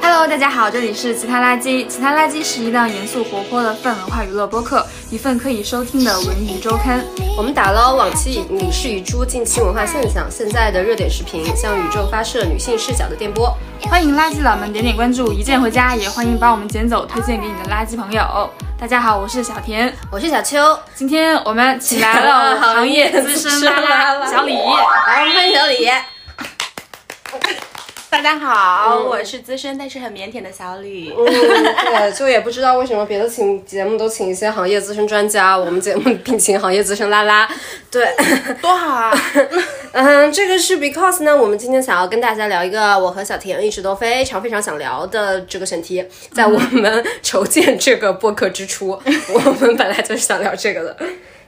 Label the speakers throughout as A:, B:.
A: Hello，大家好，这里是其他垃圾。其他垃圾是一档严肃活泼的泛文化娱乐播客，一份可以收听的文娱周刊。
B: 我们打捞往期影视与猪近期文化现象、现在的热点视频，向宇宙发射女性视角的电波。
A: 欢迎垃圾佬们点点关注，一键回家，也欢迎把我们捡走，推荐给你的垃圾朋友。大家好，我是小田，
B: 我是小秋。
A: 今天我们请来了行业资深拉拉小李，
B: 来，我们欢迎小李。
C: 大家好，嗯、我是资深但是很腼腆的小李。
B: 嗯，对，就也不知道为什么别的请节目都请一些行业资深专家，我们节目聘请行业资深拉拉，对，
C: 多好啊！
B: 嗯，这个是 because 呢，我们今天想要跟大家聊一个我和小田一直都非常非常想聊的这个选题，在我们筹建这个播客之初， 嗯、我们本来就是想聊这个的。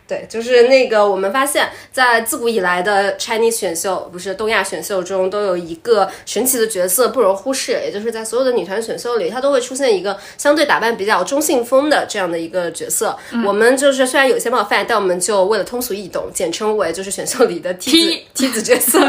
B: 对，就是那个，我们发现，在自古以来的 Chinese 选秀，不是东亚选秀中，都有一个神奇的角色不容忽视，也就是在所有的女团选秀里，它都会出现一个相对打扮比较中性风的这样的一个角色。嗯、我们就是虽然有些冒犯，但我们就为了通俗易懂，简称为就是选秀里的梯子梯子角 色。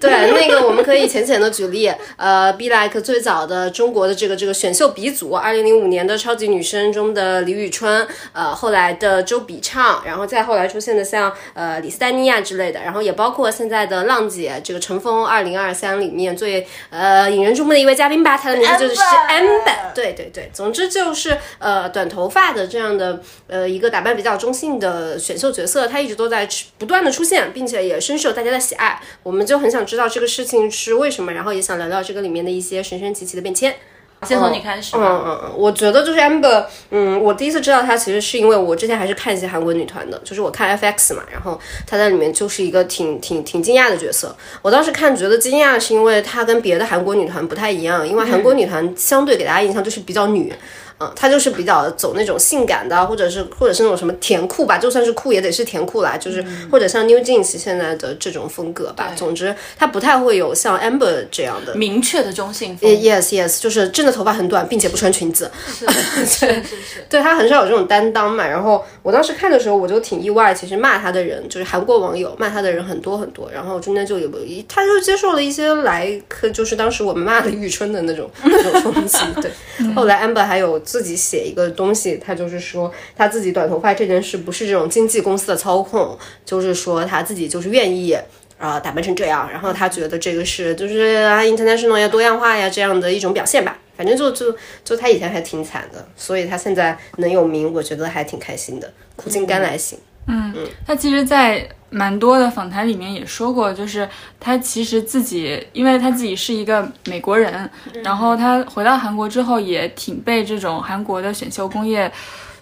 B: 对，那个我们可以浅浅的举例，呃，Be Like 最早的中国的这个这个选秀鼻祖，二零零五年的超级女声中的李宇春，呃，后来的周笔畅，然后。再后来出现的像呃李斯丹妮亚之类的，然后也包括现在的浪姐这个《乘风二零二三》里面最呃引人注目的一位嘉宾吧，她的名字就是 amber。对对对，总之就是呃短头发的这样的呃一个打扮比较中性的选秀角色，她一直都在不断的出现，并且也深受大家的喜爱。我们就很想知道这个事情是为什么，然后也想聊聊这个里面的一些神神奇奇的变迁。
C: 先从你开始
B: 嗯。嗯嗯嗯，我觉得就是 amber，嗯，我第一次知道她其实是因为我之前还是看一些韩国女团的，就是我看 FX 嘛，然后她在里面就是一个挺挺挺惊讶的角色。我当时看觉得惊讶是因为她跟别的韩国女团不太一样，因为韩国女团相对给大家印象就是比较女。嗯，她就是比较走那种性感的，啊或者是或者是那种什么甜酷吧，就算是酷也得是甜酷啦，就是或者像 New Jeans 现在的这种风格吧。总之，她不太会有像 Amber 这样的
C: 明确的中性风。
B: Yes, yes，就是真的头发很短，并且不穿裙子。
C: 是是是，是是是
B: 对她很少有这种担当嘛。然后我当时看的时候，我就挺意外，其实骂她的人就是韩国网友骂她的人很多很多。然后中间就有一，她就接受了一些来，就是当时我们骂的玉春的那种那种冲击。对，
C: 嗯
B: 后来 Amber 还有。自己写一个东西，他就是说他自己短头发这件事不是这种经纪公司的操控，就是说他自己就是愿意啊、呃、打扮成这样，然后他觉得这个是就是啊 international 呀多样化呀这样的一种表现吧，反正就就就他以前还挺惨的，所以他现在能有名，我觉得还挺开心的，苦尽甘来型。
A: 嗯，嗯他其实，在。蛮多的访谈里面也说过，就是他其实自己，因为他自己是一个美国人，然后他回到韩国之后也挺被这种韩国的选秀工业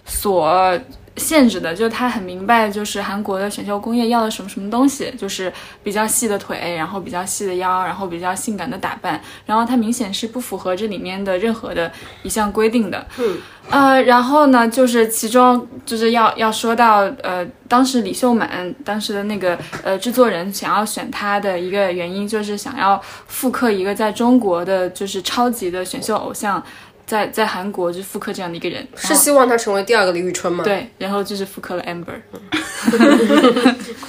A: 所限制的，就他很明白，就是韩国的选秀工业要的什么什么东西，就是比较细的腿，然后比较细的腰，然后比较性感的打扮，然后他明显是不符合这里面的任何的一项规定的。
B: 嗯
A: 呃，然后呢，就是其中就是要要说到，呃，当时李秀满当时的那个呃制作人想要选她的一个原因，就是想要复刻一个在中国的就是超级的选秀偶像，在在韩国就复刻这样的一个人，
B: 是希望她成为第二个李宇春吗？
A: 对，然后就是复刻了
C: Amber，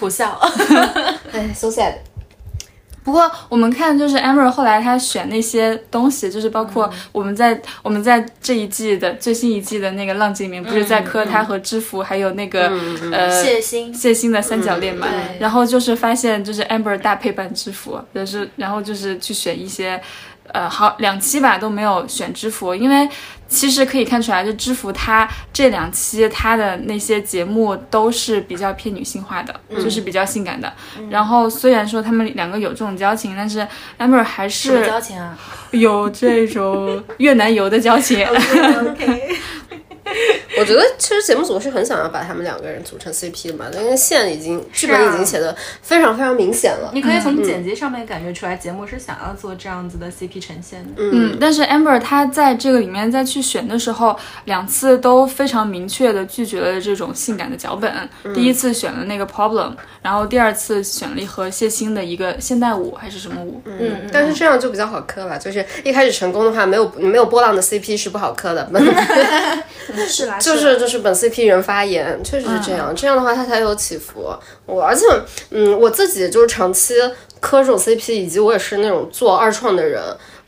C: 苦 笑，
B: 哎，so sad。
A: 不过我们看，就是 Amber 后来她选那些东西，就是包括我们在、嗯、我们在这一季的最新一季的那个浪姐里面，不是在磕她和知府，还有那个、
C: 嗯、
A: 呃
C: 谢欣
A: 谢欣的三角恋嘛。
C: 嗯、
A: 然后就是发现，就是 Amber 大配伴知府，就是然后就是去选一些，呃好两期吧都没有选知府，因为其实可以看出来，就知府她这两期她的那些节目都是比较偏女性化的，
C: 嗯
A: 就是比较性感的。然后虽然说他们两个有这种。交情，但是 amber 还是
C: 交情啊，
A: 有这种越南游的 交情。
B: 我觉得其实节目组是很想要把他们两个人组成 CP 的嘛，因为线已经剧
A: 啊
B: 本已经写的非常非常明显了。
C: 你可以从剪辑上面感觉出来，节目是想要做这样子的 CP 呈现的。
B: 嗯，
A: 但是 Amber 她在这个里面再去选的时候，两次都非常明确的拒绝了这种性感的脚本。
B: 嗯
A: 第一次选了那个 Problem，然后第二次选了和谢欣的一个现代舞还是什么舞。
B: 嗯，但是这样就比较好磕 了，就是一开始成功的话，没有没有波浪的 CP 是不好磕的。
C: 是啦，就。
B: 就是就是本 CP 人发言，确实是这样。这样的话，它才有起伏。我而且，嗯，我自己就是长期磕这种 CP，以及我也是那种做二创的人。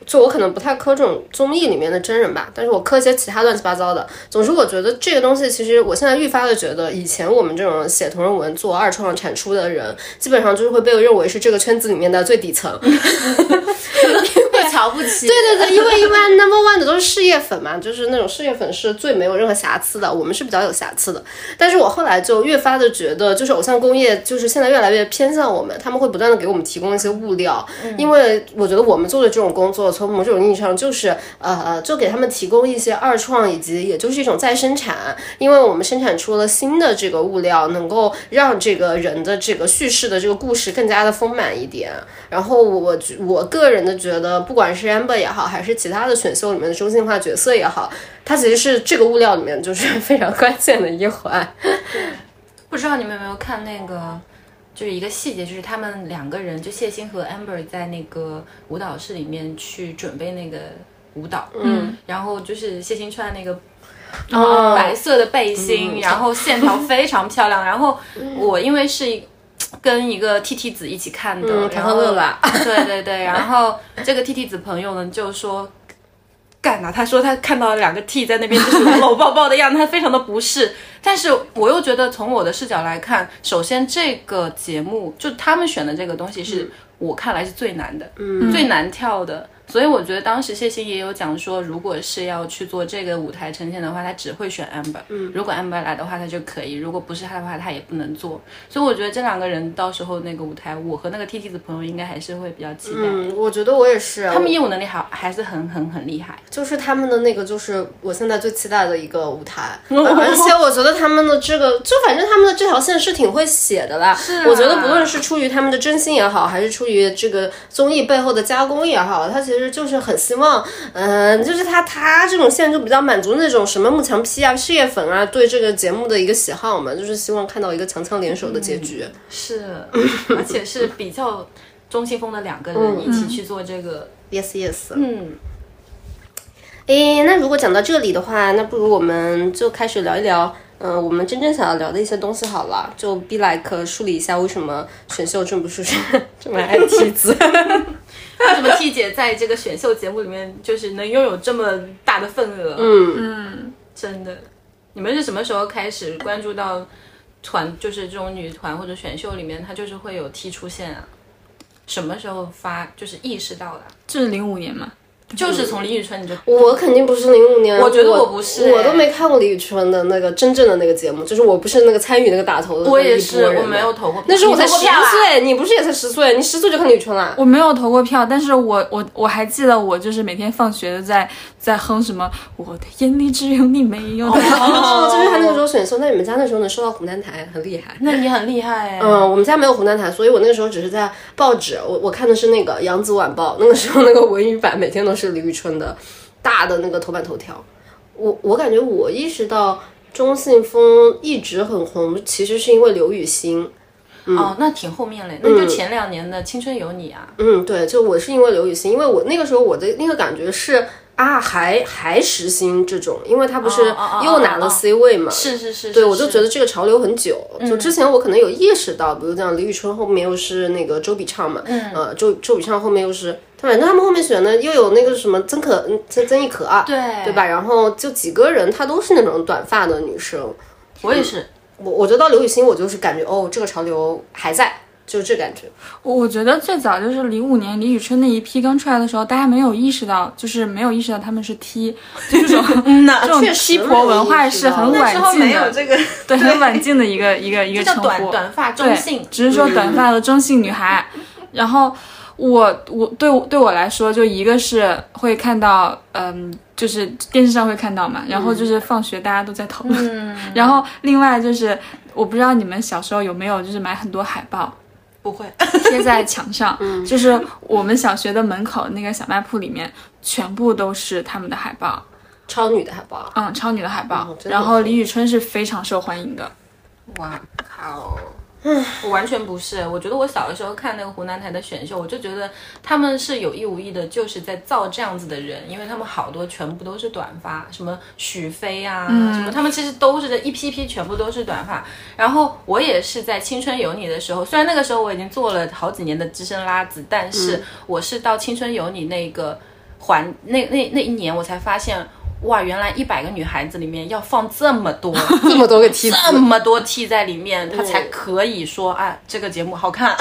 B: 就我可能不太磕这种综艺里面的真人吧，但是我磕一些其他乱七八糟的。总之，我觉得这个东西其实我现在愈发的觉得，以前我们这种写同人文做二创产出的人，基本上就是会被认为是这个圈子里面的最底层。
D: 被瞧不起。
B: 对对对，因为一般 number one 的都是事业粉嘛，就是那种事业粉是最没有任何瑕疵的，我们是比较有瑕疵的。但是我后来就越发的觉得，就是偶像工业就是现在越来越偏向我们，他们会不断的给我们提供一些物料，因为我觉得我们做的这种工作，从某种意义上就是呃，就给他们提供一些二创，以及也就是一种再生产，因为我们生产出了新的这个物料，能够让这个人的这个叙事的这个故事更加的丰满一点。然后我觉我个人的觉得，不管是 Amber 也好，还是其他的选秀里面的中性化角色也好，它其实是这个物料里面就是非常关键的一环。
D: 不知道你们有没有看那个，就是一个细节，就是他们两个人，就谢欣和 Amber 在那个舞蹈室里面去准备那个舞蹈，嗯，然后就是谢欣穿那个
B: 嗯
A: 哦
D: 白色的背心，然后线条非常 漂亮。然后我因为是一跟一个 T T 子一起看的，然
B: 唐
D: 后
B: 鹤嗯乐吧
D: 对对对，然后这个 T T 子朋友呢就说。干呐、他说他看到两个 T 在那边就是搂搂抱抱的样子，他 非常的不适。但是我又觉得从我的视角来看，首先这个节目就他们选的这个东西是、我看来是最难的，最难跳的。所以我觉得当时谢欣也有讲说，如果是要去做这个舞台呈现的话，他只会选 Amber。如果 Amber 来的话，他就可以；如果不是他的话，他也不能做。所以我觉得这两个人到时候那个舞台，我和那个 T T 的朋友应该还是会比较期待。
B: 嗯，我觉得我也是，
D: 他们业务能力好，还是很很很厉害。
B: 就是他们的那个，就是我现在最期待的一个舞台，而且我觉得他们的这个，就反正他们的这条线是挺会写的啦。我觉得不论是出于他们的真心也好，还是出于这个综艺背后的加工也好，他其实就是很希望，嗯、就是他他这种线就比较满足那种什么慕强 P 啊、事业粉啊对这个节目的一个喜好嘛，就是希望看到一个强强联手的结局。
D: 是，而且是比较中性风的两个人一起去做这个。
B: yes yes。
D: 嗯，
B: 诶，那如果讲到这里的话，那不如我们就开始聊一聊，嗯、我们真正想要聊的一些东西好了，就 be like 梳理一下为什么选秀这么是 这么爱提子。
D: 为什么 T 姐在这个选秀节目里面就是能拥有这么大的份额？嗯嗯，真的。你们是什么时候开始关注到团，就是这种女团或者选秀里面，它就是会有 T 出现啊？什么时候发就是意识到的啊？
A: 这是零五年嘛？
D: 就是从李宇春你就
B: 我肯定不是零五年，我
D: 觉得我不是
B: 我
D: 诶
B: 都没看过李宇春的那个真正的那个节目，就是我不是那个参与那个打头的那一波
D: 我
B: 人嘛，
D: 也是，我没有投过票，
B: 那时候我才
D: 你投
B: 十
D: 过票啊。
B: 岁，你不是也才十岁？你十岁就看李宇春啊了？
A: 我没有投过票，但是我我我还记得，我就是每天放学在在哼什么“我的眼里只有你没有”，
B: 哦，就是他那个时候选秀，那你们家那时候能收到湖南台，很厉害。
D: 那你很厉害哎、
B: 嗯，我们家没有湖南台，所以我那时候只是在报纸，我我看的是那个《扬子晚报》，那个时候那个文娱版每天都是李宇春的大的那个头版头条。我我感觉我意识到中信风一直很红，其实是因为刘雨昕。
D: 哦，那挺后面嘞，那就前两年的《青春有你》啊，
B: 嗯，对，就我是因为刘雨昕，因为我那个时候我的那个感觉是啊，还还时兴这种，因为她不是
D: 哦哦哦
B: 又拿了
D: 哦
B: C 位嘛，
D: 是是是，
B: 对，
D: 是
B: 我就是觉得这个潮流很久。
D: 嗯
B: 就之前我可能有意识到，比如讲李宇春后面又是那个周笔畅嘛，
D: 嗯
B: 呃，周周笔畅后面又是，他反正他们后面选的又有那个什么曾可嗯曾曾轶可啊，对
D: 对
B: 对吧？？然后就几个人，她都是那种短发的女生。
D: 我也是，
B: 我我觉得到刘雨昕，我就是感觉哦，这个潮流还在，就是这感觉。
A: 我觉得最早就是零五年李宇春那一批刚出来的时候，大家没有意识到，就是没有意识到他们是 T，就这种
D: 啊
A: 这种
B: 确实
A: T 婆文化是很
B: 没有意
A: 晚
B: 识
C: 之后
A: 近
C: 没有
A: 的，
C: 这个，
A: 对，很晚近的一个一个一个
D: 叫
A: 称呼。
D: 短短发中性，
A: 只是说短发的中性女孩。然后我我对我对我来说，就一个是会看到，嗯，就是电视上会看到嘛，然后就是放学大家都在讨论， 然后另外就是我不知道你们小时候有没有就是买很多海报。
D: 不会，
A: 贴在墙上，就是我们小学的门口那个小卖铺里面，全部都是他们的海报，
B: 超女的海报，
D: 啊
A: 嗯，超女的海报。
B: 哦真的
A: 然后
B: 是
A: 李宇春是非常受欢迎的，
D: 哇靠！我完全不是。我觉得我小的时候看那个湖南台的选秀，我就觉得他们是有意无意的，就是在造这样子的人，因为他们好多全部都是短发，什么许飞啊，什么他们其实都是这一批批全部都是短发。然后我也是在《青春有你》的时候，虽然那个时候我已经做了好几年的资深拉子，但是我是到《青春有你》那个环那那那一年，我才发现。哇，原来一百个女孩子里面要放这么多，
B: 这么多个梯子，
D: 这么多 T 在里面，他才可以说啊，这个节目好看。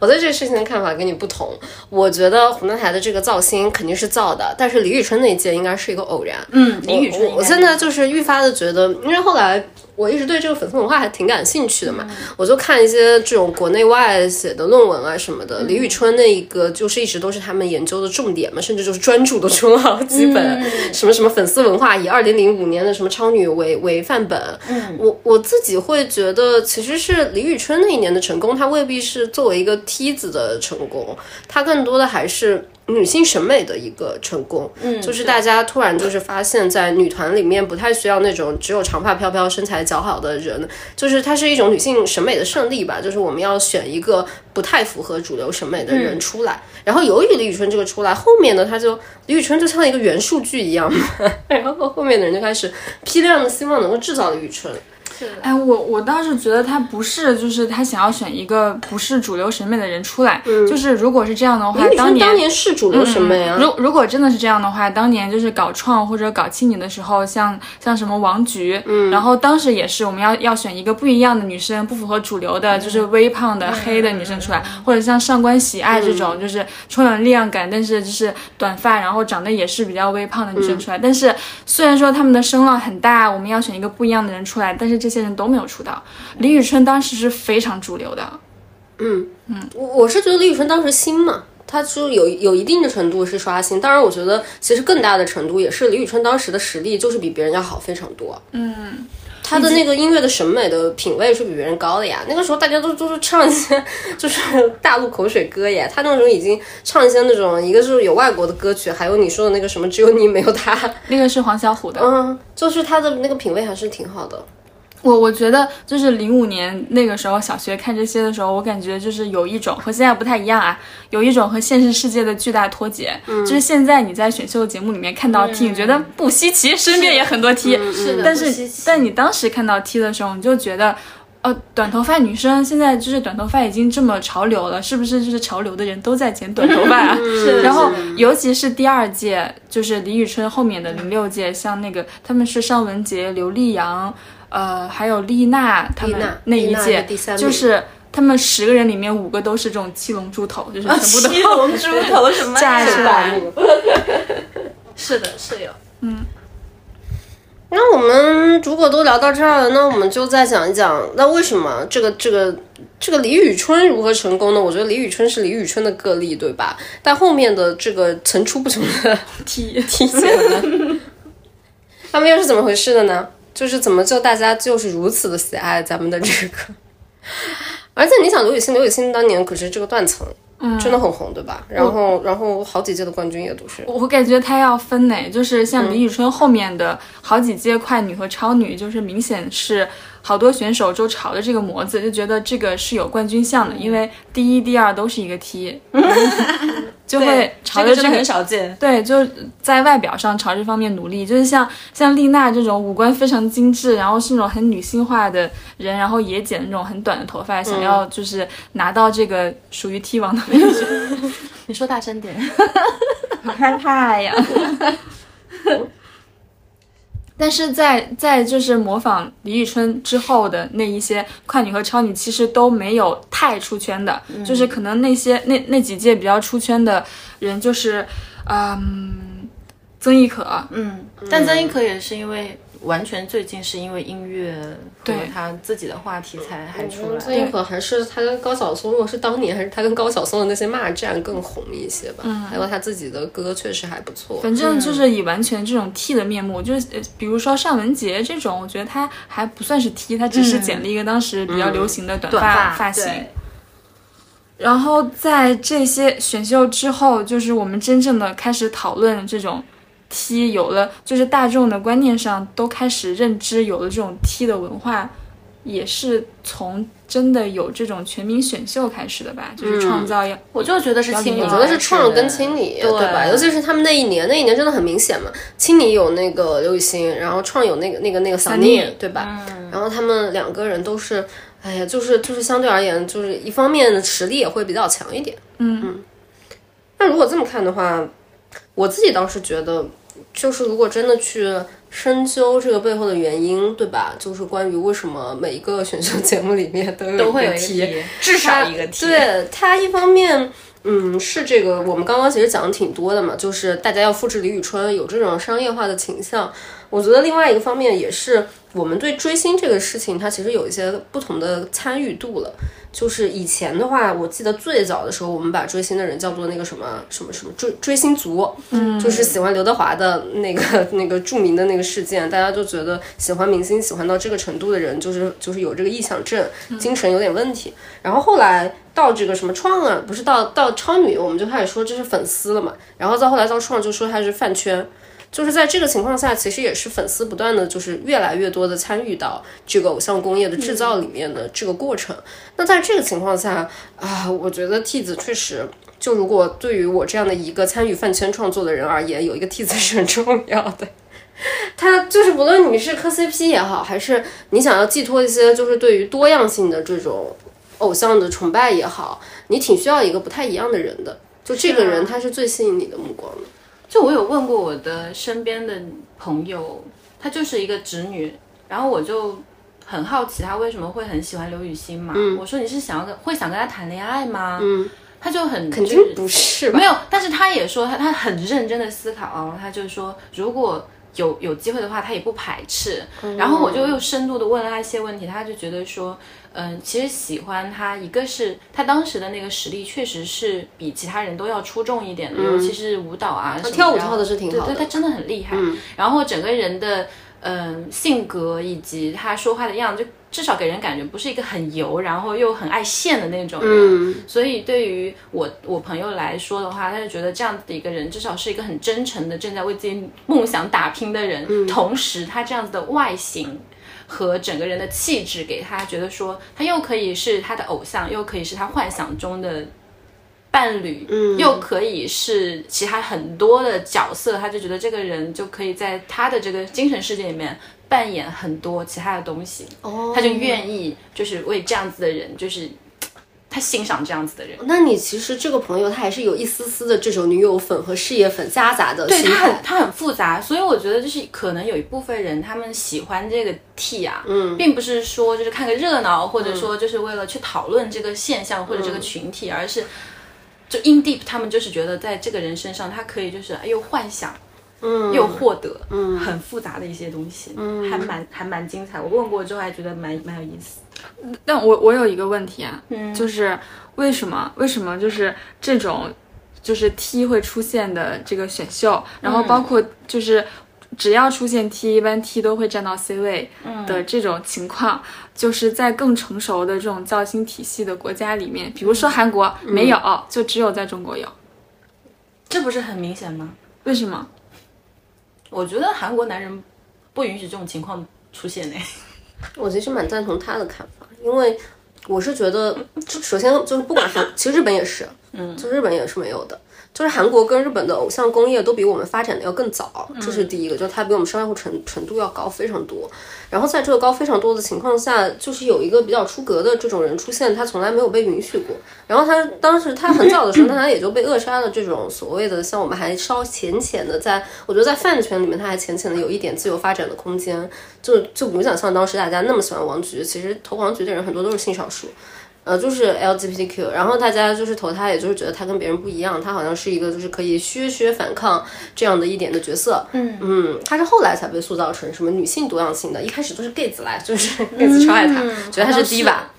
B: 我对这个事情的看法跟你不同。我觉得湖南台的这个造星肯定是造的，但是李宇春那一届应该是一个偶然。
D: 嗯， 李宇春应该
B: 我我现在就是愈发的觉得，因为后来我一直对这个粉丝文化还挺感兴趣的嘛，我就看一些这种国内外写的论文啊什么的。李宇春那一个就是一直都是他们研究的重点嘛，甚至就是专注都出了好几本、什么什么粉丝文化，以二零零五年的什么超女为为范本。我我自己会觉得，其实是李宇春那一年的成功，她未必是作为一个梯子的成功，她更多的还是女性审美的一个成功。嗯，就是大家突然就是发现，在女团里面不太需要那种只有长发飘飘、身材姣好的人，就是它是一种女性审美的胜利吧。就是我们要选一个不太符合主流审美的
A: 嗯
B: 人出来。然后由于李宇春这个出来，后面呢，她就李宇春就像一个元数据一样嘛， 然后后面的人就开始批量的希望能够制造李宇春。
A: 哎，我我倒是觉得他不是，就是他想要选一个不是主流审美的人出来。就是如果是这样的话，
B: 嗯李宇
A: 当
B: 春
A: 年嗯
B: 当年是主流审美啊，
A: 如如果真的是这样的话，当年就是搞创或者搞青年的时候，像像什么王菊，然后当时也是我们要要选一个不一样的女生，不符合主流的，就是微胖的、黑的女生出来，或者像上官喜爱这种，就是充满力量感，但是就是短发，然后长得也是比较微胖的女生出来。但是虽然说他们的声浪很大，我们要选一个不一样的人出来，但是这些人都没有出道。李宇春当时是非常主流的，
B: 我我是觉得李宇春当时新嘛，她就有有一定的程度是刷新。当然，我觉得其实更大的程度也是李宇春当时的实力就是比别人要好非常多。嗯，她的那个音乐的审美的品味是比别人高的呀。那个时候大家都都是唱一些就是大陆口水歌呀，她那种已经唱一些那种一个是有外国的歌曲，还有你说的那个什么只有你没有他，
A: 那个是黄小琥的。
B: 嗯，就是她的那个品味还是挺好的。
A: 我我觉得就是零五年那个时候小学看这些的时候，我感觉就是有一种和现在不太一样啊，有一种和现实世界的巨大脱节。就是现在你在选秀节目里面看到 T，、你觉得不稀奇，身边也很多 T，、
D: 是的嗯
A: 但
D: 不稀
A: 是
D: 奇
A: 但你当时看到 T 的时候，你就觉得。呃，短头发女生现在就是短头发已经这么潮流了，是不是就是潮流的人都在剪短头发 啊？
D: 是
A: 然后尤其是第二届，就是李宇春后面的零六届，像那个他们是尚雯婕、刘力扬，呃，还有丽娜他们
B: 丽娜
A: 那一
B: 丽娜
A: 届
B: 是第三，名
A: 就是他们十个人里面五个都是这种七龙珠头，就是
B: 啊
A: 全部
D: 七
A: 都
D: 龙珠头什么
A: 炸出
D: 呀？
A: 来。
D: 是的，是有。
B: 那我们如果都聊到这儿了，那我们就再讲一讲，那为什么这个这个这个李宇春如何成功呢？我觉得李宇春是李宇春的个例，对吧？但后面的这个层出不穷的
A: T
B: 体现呢，他们又是怎么回事的呢？就是怎么就大家就是如此的喜爱咱们的这个？ 而且你想，刘雨昕，刘雨昕当年可是这个断层，嗯，真的很红，对吧？然后，然后好几届的冠军也都是，
A: 我感觉她要分呢，就是
D: 嗯
A: 像李宇春后面的好几届快女和超女，就是明显是好多选手就朝着这个模子，就觉得这个是有冠军相的，因为第一、第二都是一个 T，就会朝着这
D: 这个
A: 个
D: 很少见。
A: 对，就是在外表上朝这方面努力，就是像像丽娜这种五官非常精致，然后是那种很女性化的人，然后也剪那种很短的头发，
D: 嗯
A: 想要就是拿到这个属于 T 王的位置，
D: 你说大声点。
A: 好害怕呀！ 但是在在就是模仿李宇春之后的那一些快女和超女，其实都没有太出圈的，就是可能那些那那几届比较出圈的人，就是嗯，曾轶可，
D: 嗯，但曾轶可也是因为完全最近是因为音乐和
A: 对
D: 他自己的话题才还出
B: 嗯
D: 来。
B: 曾轶可还是她跟高晓松，如果是当年，还是她跟高晓松的那些骂战更红一些吧。还有她自己的歌确实还不错。
A: 反
D: 嗯
A: 正就是以完全这种 T 的面目，就是呃比如说尚雯婕这种，我觉得她还不算是 T，她只是剪了一个当时比较流行的短
D: 嗯短
A: 发、发
D: 发
A: 型。
D: 对
A: 然后在这些选秀之后，就是我们真正的开始讨论这种 T，有了就是大众的观念上都开始认知有了这种 T 的文化。也是从真的有这种全民选秀开始的吧，
D: 嗯
A: 就是创造要
D: 我就觉得是青
A: 我
D: 年，
A: 觉
B: 我觉啊得是创了跟青理，对吧？尤其是他们那一年，那一年真的很明显嘛。青理有那个刘雨昕，然后创有那个那个那个小
A: 聂
B: 聂，嗯对吧？然后他们两个人都是，哎呀，就是就是相对而言，就是一方面实力也会比较强一点。
A: 嗯
B: 那如果这么看的话，我自己倒是觉得，就是如果真的去深究这个背后的原因，对吧？就是关于为什么每一个选秀节目里面都有
D: 都会
B: 一
D: 有
B: 个
D: 一个
B: 题，
D: 题，至
B: 它
D: 少一个题。，
B: 对它一方面，嗯，是这个我们刚刚其实讲的挺多的嘛，就是大家要复制李宇春，有这种商业化的倾向。我觉得另外一个方面也是我们对追星这个事情，它其实有一些不同的参与度了。就是以前的话，我记得最早的时候，我们把追星的人叫做那个什么什么什么追追星族，嗯，就是喜欢刘德华的那个那个著名的那个事件，大家就觉得喜欢明星喜欢到这个程度的人，就是就是有这个臆想症，
D: 嗯
B: 精神有点问题。然后后来到这个什么创啊，不是到到超女，我们就开始说这是粉丝了嘛，然后再后来到创就说它是饭圈。就是在这个情况下，其实也是粉丝不断的就是越来越多的参与到这个偶像工业的制造里面的这个过程。那在这个情况下啊，我觉得 T 子确实，就如果对于我这样的一个参与饭圈创作的人而言，有一个 T 子是很重要的。 他就是不论你是磕 CP 也好，还是你想要寄托一些就是对于多样性的这种偶像的崇拜也好，你挺需要一个不太一样的人的。就这个人，他是啊最吸引你的目光的。
D: 就我有问过我的身边的朋友，她就是一个直女，然后我就很好奇她为什么会很喜欢刘雨昕嘛。
B: 嗯
D: 我说你是想要跟会想跟她谈恋爱吗？嗯，她就很
B: 肯
D: 就
B: 定不是吧？
D: 没有，但是他也说他他很认真的思考啊、他就说如果有有机会的话，他也不排斥。
B: 哦
D: 然后我就又深度的问了他一些问题，他就觉得说，嗯、其实喜欢他，一个是他当时的那个实力确实是比其他人都要出众一点的，尤其是舞蹈啊什么的，
B: 嗯哦跳舞跳的是挺好的
D: 对
B: 嗯
D: 对，他真的很厉害。然后整个人的嗯、性格以及他说话的样子，就至少给人感觉不是一个很油，然后又很爱现的那种人。
B: 嗯
D: 所以对于我我朋友来说的话，他就觉得这样子的一个人，至少是一个很真诚的，正在为自己梦想打拼的人。
B: 嗯
D: 同时，他这样子的外形和整个人的气质，给他觉得说，他又可以是他的偶像，又可以是他幻想中的。伴侣，嗯，又可以是其他很多的角色，他就觉得这个人就可以在他的这个精神世界里面扮演很多其他的东西，
B: 哦
D: 他就愿意就是为这样子的人，就是他欣赏这样子的人。
B: 那你其实这个朋友他还是有一丝丝的这种女友粉和事业粉夹杂的
D: 对
B: 心
D: 他很
B: 态，
D: 他很复杂，所以我觉得就是可能有一部分人他们喜欢这个 T 啊，嗯，并不是说就是看个热闹，或者说就是为了去讨论这个现象或者这个群体，而是就 in deep 他们就是觉得在这个人身上，他可以就是又幻想。嗯，又获得，嗯，很复杂的一些东西，嗯，还蛮还蛮精彩。我问过之后还觉得蛮蛮有意思。
A: 但我我有一个问题啊，就是为什么为什么就是这种就是 T 会出现的这个选秀，然后包括就是只要出现 T，一般 T 都会站到 C 位的这种情况，就是在更成熟的这种造星体系的国家里面，比如说韩国没有，就只有在中国有，
D: 这不是很明显吗？
A: 为什么？
D: 我觉得韩国男人不允许这种情况出现呢。
B: 我其实蛮赞同他的看法，因为我是觉得，就首先就是不管韩，其实日本也是，嗯，就日本也是没有的。就是韩国跟日本的偶像工业都比我们发展的要更早，这是第一个，就是它比我们商业化程程度要高非常多。然后在这个高非常多的情况下，就是有一个比较出格的这种人出现，他从来没有被允许过。然后他当时他很早的时候，那他也就被扼杀了这种所谓的像我们还稍浅浅的在，我觉得在饭圈里面他还浅浅的有一点自由发展的空间。就就不想像当时大家那么喜欢王菊，其实投王菊的人很多都是性少数。呃，就是 LGBTQ，然后大家就是投他，也就是觉得他跟别人不一样，他好像是一个就是可以削削反抗这样的一点的角色。嗯嗯，他是后来才被塑造成什么女性多样性的，一开始都是 gay 子来，就是 gay 子超爱他，觉得他是低吧。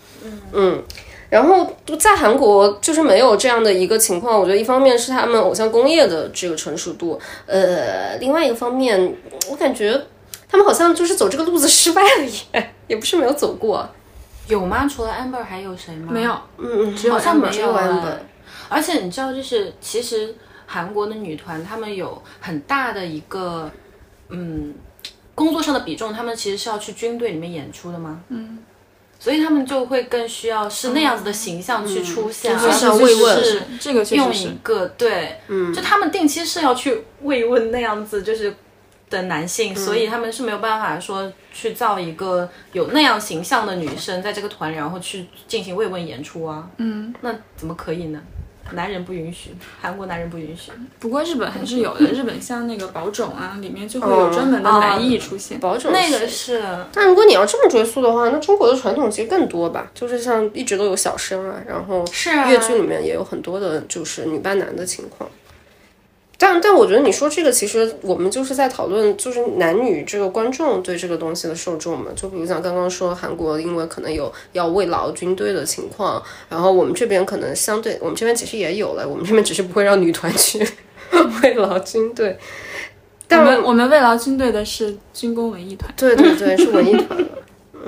B: 嗯，然后就在韩国就是没有这样的一个情况，我觉得一方面是他们偶像工业的这个成熟度，呃，另外一个方面，我感觉他们好像就是走这个路子失败了也，也不是没有走过。
D: 有吗？除了 Amber 还有谁吗？
A: 没有，
B: 嗯，只有
D: 哦好像没
B: 只
D: 有
B: 有
D: 啊
B: 版本。
D: 而且你知道，就是其实韩国的女团，她们有很大的一个，嗯，工作上的比重，她们其实是要去军队里面演出的吗？嗯，所以他们就会更需要是那样子的形象去出现，
B: 嗯就是
D: 而
B: 要
D: 不啊
B: 慰问
D: 是
A: 这个确
D: 用
A: 实
D: 一
A: 是。
D: 个对，嗯，就他们定期是要去慰问那样子就是的男性，所
A: 嗯
D: 以他们是没有办法说去造一个有那样形象的女生在这个团里，然后去进行慰问演出啊，嗯，那怎么可以呢？男人不允许，韩国男人不允许。
A: 不过日本还是有的，日本像那个宝冢啊，里面就会
D: 哦
A: 有专门的男艺出现。
B: 保种
D: 那个
B: 是
D: 是
B: 那如果你要这么追溯的话，那中国的传统其实更多吧，就是像一直都有小生啊，然后
D: 是啊
B: 越剧里面也有很多的，就是女扮男的情况。但但我觉得你说这个，其实我们就是在讨论，就是男女这个观众对这个东西的受众嘛。就比如像刚刚说韩国，因为可能有要慰劳军队的情况，然后我们这边可能相对，我们这边其实也有了，我们这边只是不会让女团去 慰劳军队。
A: 我
B: 但
A: 们我们慰劳军队的是军工文艺团，
B: 对对对，是文艺团的。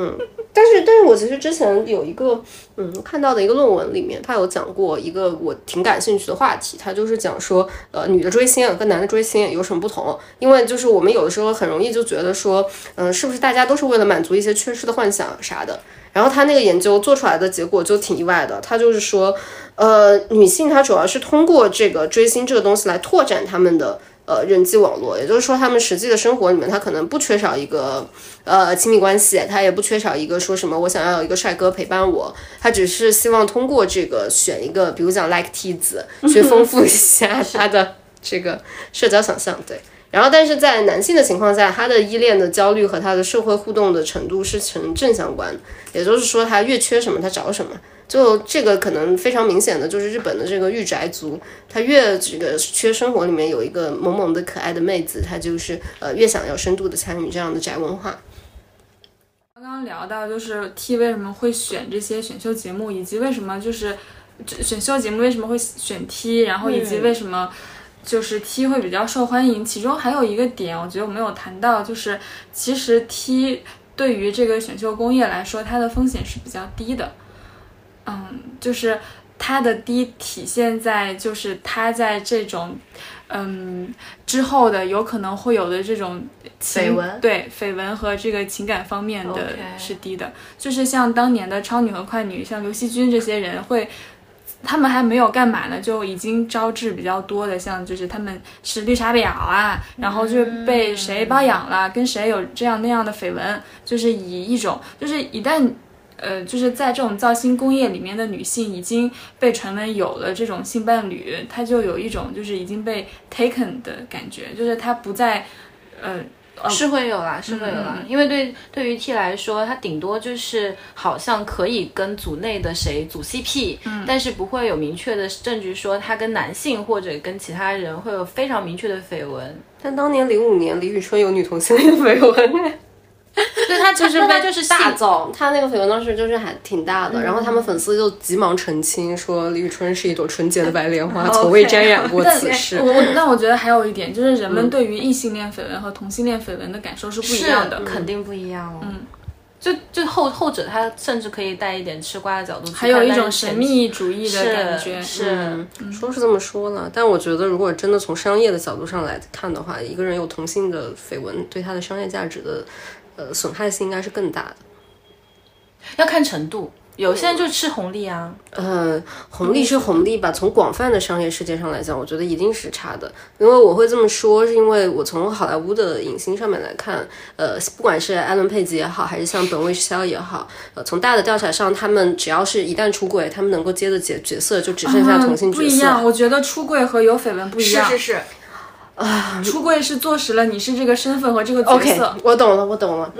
B: 嗯，但是但是我其实之前有一个嗯看到的一个论文里面，他有讲过一个我挺感兴趣的话题，他就是讲说，呃，女的追星啊跟男的追星有什么不同？因为就是我们有的时候很容易就觉得说，嗯、是不是大家都是为了满足一些缺失的幻想啥的？然后他那个研究做出来的结果就挺意外的，他就是说，呃，女性她主要是通过这个追星这个东西来拓展她们的呃人际网络，也就是说，她们实际的生活里面，她可能不缺少一个呃亲密关系，她也不缺少一个说什么我想要有一个帅哥陪伴我，她只是希望通过这个选一个，比如讲 like T 子，去丰富一下她的这个社交想象，对。然后，但是在男性的情况下，他的依恋的焦虑和他的社会互动的程度是呈正相关的，也就是说，他越缺什么，他找什么。就这个可能非常明显的就是日本的这个御宅族，他越这个缺生活里面有一个萌萌的可爱的妹子，他就是呃越想要深度的参与这样的宅文化。
A: 刚刚聊到就是 T 为什么会选这些选秀节目，以及为什么就是这选秀节目为什么会选 T，然后以
C: 嗯
A: 及为什么就是 T 会比较受欢迎。其中还有一个点，我觉得我没有谈到，就是其实 T 对于这个选秀工业来说，它的风险是比较低的。嗯，就是它的低体现在就是它在这种。嗯，之后的有可能会有的这种情
C: 绯闻
A: 对绯闻和这个情感方面的
D: OK
A: 是低的就是像当年的超女和快女，像刘惜君这些人会。他们还没有干嘛呢，就已经招致比较多的，像就是他们是绿茶婊啊，然后就被谁包养了，跟谁有这样那样的绯闻，就是以一种就是一旦呃，就是在这种造星工业里面的女性已经被传闻有了这种性伴侣，她就有一种就是已经被 taken 的感觉，就是她不再，呃，
D: 是会有啦，是会有
A: 嗯
D: 啦，因为对对于 T 来说，他顶多就是好像可以跟组内的谁组 CP，、但
A: 嗯
D: 是不会有明确的证据说他跟男性或者跟其他人会有非常明确的 绯闻。
B: 但当年零五年李宇春有女同性恋绯 闻，
D: 对他就是
B: 那
D: 被
B: 她
D: 就是
B: 大
D: 性
B: 造，她那个绯闻当时就是还挺大的，然后他们粉丝就急忙澄清说李宇春是一朵纯洁的白莲
D: 哦
B: 花，从未沾染过此事
A: 我。我那我觉得还有一点就是人们对于异性恋绯闻和同性恋绯闻的感受是不一样的，嗯
D: 肯定不一样哦。就就后后者，他甚至可以带一点吃瓜的角度去看，
A: 还有一
D: 但
A: 种
D: 是前
A: 神
D: 期
A: 秘主义的感觉。
D: 是
B: 嗯，说是这么说了，但我觉得如果真的从商业的角度上来看的话，一个人有同性的绯闻，对他的商业价值的呃损害性应该是更大的。
D: 要看程度，有些人就吃红利啊。
B: 呃，红利是红利吧，从广泛的商业世界上来讲，我觉得一定是差的。因为我会这么说，是因为我从好莱坞的影星上面来看，呃，不管是艾伦·佩吉也好，还是像本·卫肖也好，呃，从大的调查上，他们只要是一旦出轨，他们能够接的角角色就只剩下同性
A: 啊不
B: 角
A: 一
B: 色。
A: 样，我觉得出柜和有绯闻不一样。
C: 是，
A: 出柜是坐实了你是这个身份和这个角
B: OK，
A: 色。
B: 我懂了，我懂了。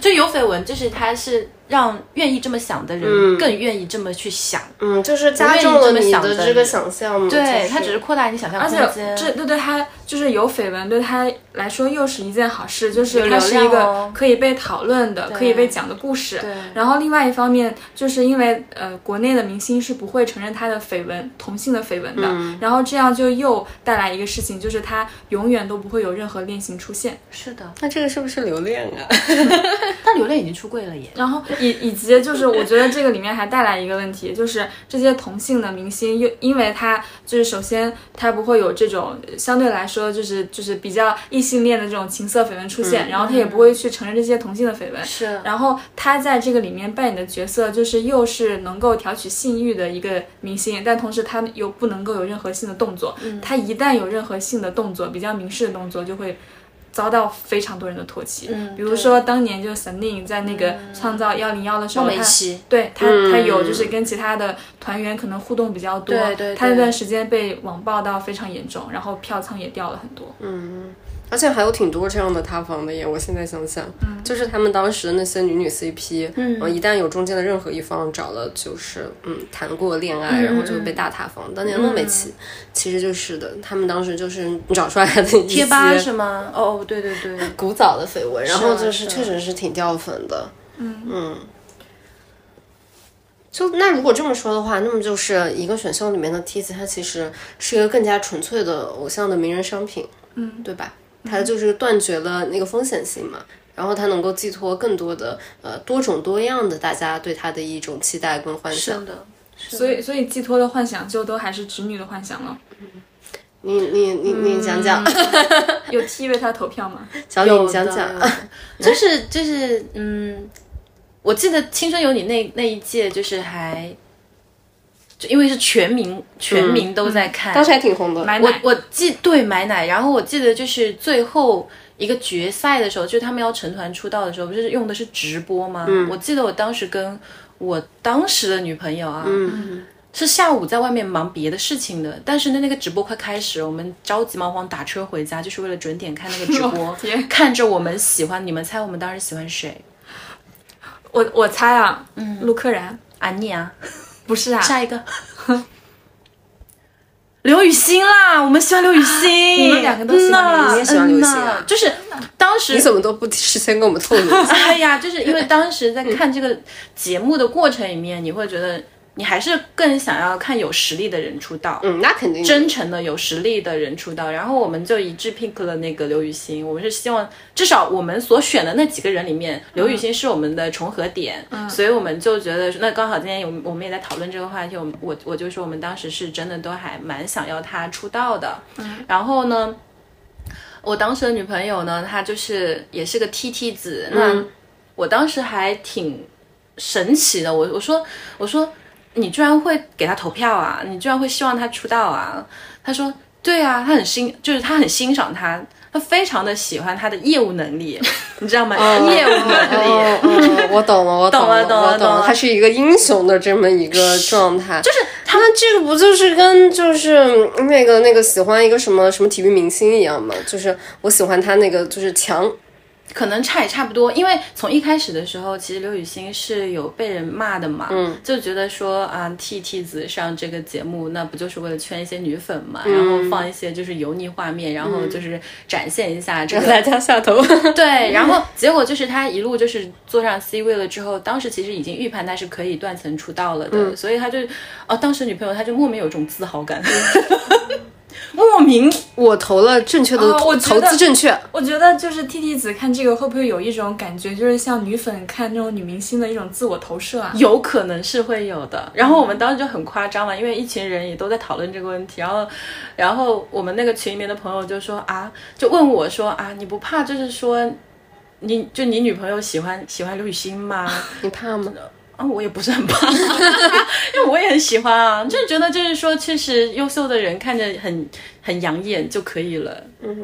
D: 就有绯闻，就是他是让愿意这么想的人更愿意这么去想，
B: 嗯，就是加重了你的这个想象嘛。
D: 对
B: 就
D: 他只是扩大你想象
A: 而
D: 空
A: 且
D: 间。
A: 这对对他就是有绯闻，对他来说又是一件好事，就是它
D: 流
A: 是
D: 量
A: 一个
D: 哦
A: 可以被讨论的、可以被讲的故事。
D: 对
A: 然后另外一方面，就是因为呃，国内的明星是不会承认他的绯闻、同性的绯闻的。
D: 嗯
A: 然后这样就又带来一个事情，就是他永远都不会有任何恋情出现。
D: 是的，
B: 那这个是不是留恋啊？
D: 但刘恋已经出柜了耶。
A: 然后以以及就是我觉得这个里面还带来一个问题，就是这些同性的明星又因为他就是首先他不会有这种相对来说就是就是比较异性恋的这种情色绯闻出现，然后他也不会去承认这些同性的绯闻，是然后他在这个里面扮演的角色就是又是能够调取性欲的一个明星，但同时他又不能够有任何性的动作，
B: 嗯
A: 他一旦有任何性的动作，比较明示的动作就会。遭到非常多人的唾弃，
B: 嗯
A: 比如说当年就是 s u n n 在那个创造幺零幺的时候，
B: 美
A: 他
B: 琪
A: 对他他有就是跟其他的团员可能互动比较多，
B: 嗯对对
A: 他那
B: 对
A: 段时间被网暴到非常严重，然后票仓也掉了很多，
B: 嗯而且还有挺多这样的塌房的耶！我现在想想，就是他们当时的那些女女 CP，嗯，然后一旦有中间的任何一方找了，就是嗯谈过恋爱，然后就会被大塌房。当年孟美岐其实就是的，他们当时就是找出来的一些
D: 贴吧是吗？哦，对对对，
B: 古早的绯闻，然后就是
D: 是
B: 确实是挺掉粉的。嗯就那如果这么说的话，那么就是一个选秀里面的梯子，它其实是一个更加纯粹的偶像的名人商品，嗯，对吧？它就是断绝了那个风险性嘛，然后它能够寄托更多的呃多种多样的大家对它的一种期待跟幻想。
D: 的。
A: 所以所以寄托的幻想就都还是直女的幻想了。
B: 你你你你讲讲，
A: 有 T 为他投票吗？
B: 小李你讲讲，
D: 有的就是就是嗯，我记得《青春有你那》那一届就是还，就因为是全民全民都在看，
B: 嗯当时还挺红的，
A: 买
D: 我
A: 奶
D: 我记对买奶，然后我记得就是最后一个决赛的时候，就是他们要成团出道的时候，不是用的是直播吗？
A: 嗯
D: 我记得我当时跟我当时的女朋友啊，
A: 嗯
D: 是下午在外面忙别的事情的，但是呢，那个直播快开始了，我们着急忙慌打车回家，就是为了准点看那个直播
A: 我天，
D: 看着我们喜欢，你们猜我们当时喜欢谁？
A: 我我猜啊，嗯，陆柯燃
D: 安妮啊，
A: 不是啊，
D: 下一个。 刘雨昕啦，我们喜欢刘雨
B: 啊
D: 昕，
A: 你们两个都喜欢
B: 刘雨昕你也喜欢刘雨昕啊
D: 嗯呐就是当时
B: 你怎么都不事先跟我们透露一 下？
D: 哎呀，就是因为当时在看这个节目的过程里面，你会觉得你还是更想要看有实力的人出道，
B: 嗯，那肯定的
D: 真诚的有实力的人出道。然后我们就一致 pick 了那个刘雨昕，我们是希望至少我们所选的那几个人里面，刘雨昕是我们的重合点，所以我们就觉得那刚好今天有我们也在讨论这个话题，我们我我就说我们当时是真的都还蛮想要她出道的，然后呢。我当时的女朋友呢，她就是也是个 TT 子，那我当时还挺神奇的，我我说我说你居然会给他投票啊，你居然会希望他出道啊？他说对啊，他很欣，就是他很欣赏他，他非常的喜欢他的业务能 力，你知道吗？业务能力。
B: 哦哦，我懂了，我懂了，
D: 懂了懂了
B: 我懂
D: 懂了
B: 他是一个英雄的这么一个状态。就是他们这个不就是跟就是那个那个喜欢一个什么什么体育明星一样吗？就是我喜欢他那个就是强，
D: 可能差也差不多，因为从一开始的时候，其实刘雨昕是有被人骂的嘛，
B: 嗯
D: 就觉得说啊，T T 子上这个节目，那不就是为了圈一些女粉
B: 嗯
D: 嘛，然后放一些就是油腻画面，然后就是展现一下这个
B: 大家下头。
D: 对，哎然后结果就是他一路就是坐上 C 位了之后，当时其实已经预判他是可以断层出道了的，所以他就哦，当时女朋友他就莫名有一种自豪感，莫名
B: 我投了正确的、
A: 哦我觉
B: 投
A: 得
B: 资正确，
A: 我觉得就是 T T 子看这个会不会有一种感觉，就是像女粉看那种女明星的一种自我投射啊？
D: 有可能是会有的。然后我们当时就很夸张嘛，因为一群人也都在讨论这个问题。然后，然后我们那个群里面的朋友就说啊，就问我说啊，你不怕就是说，你就你女朋友喜欢喜欢刘雨昕吗？
B: 你怕吗？
D: 啊，我也不是很怕， 因为我也很喜欢啊，就是觉得就是说，确实优秀的人看着很很养眼就可以了，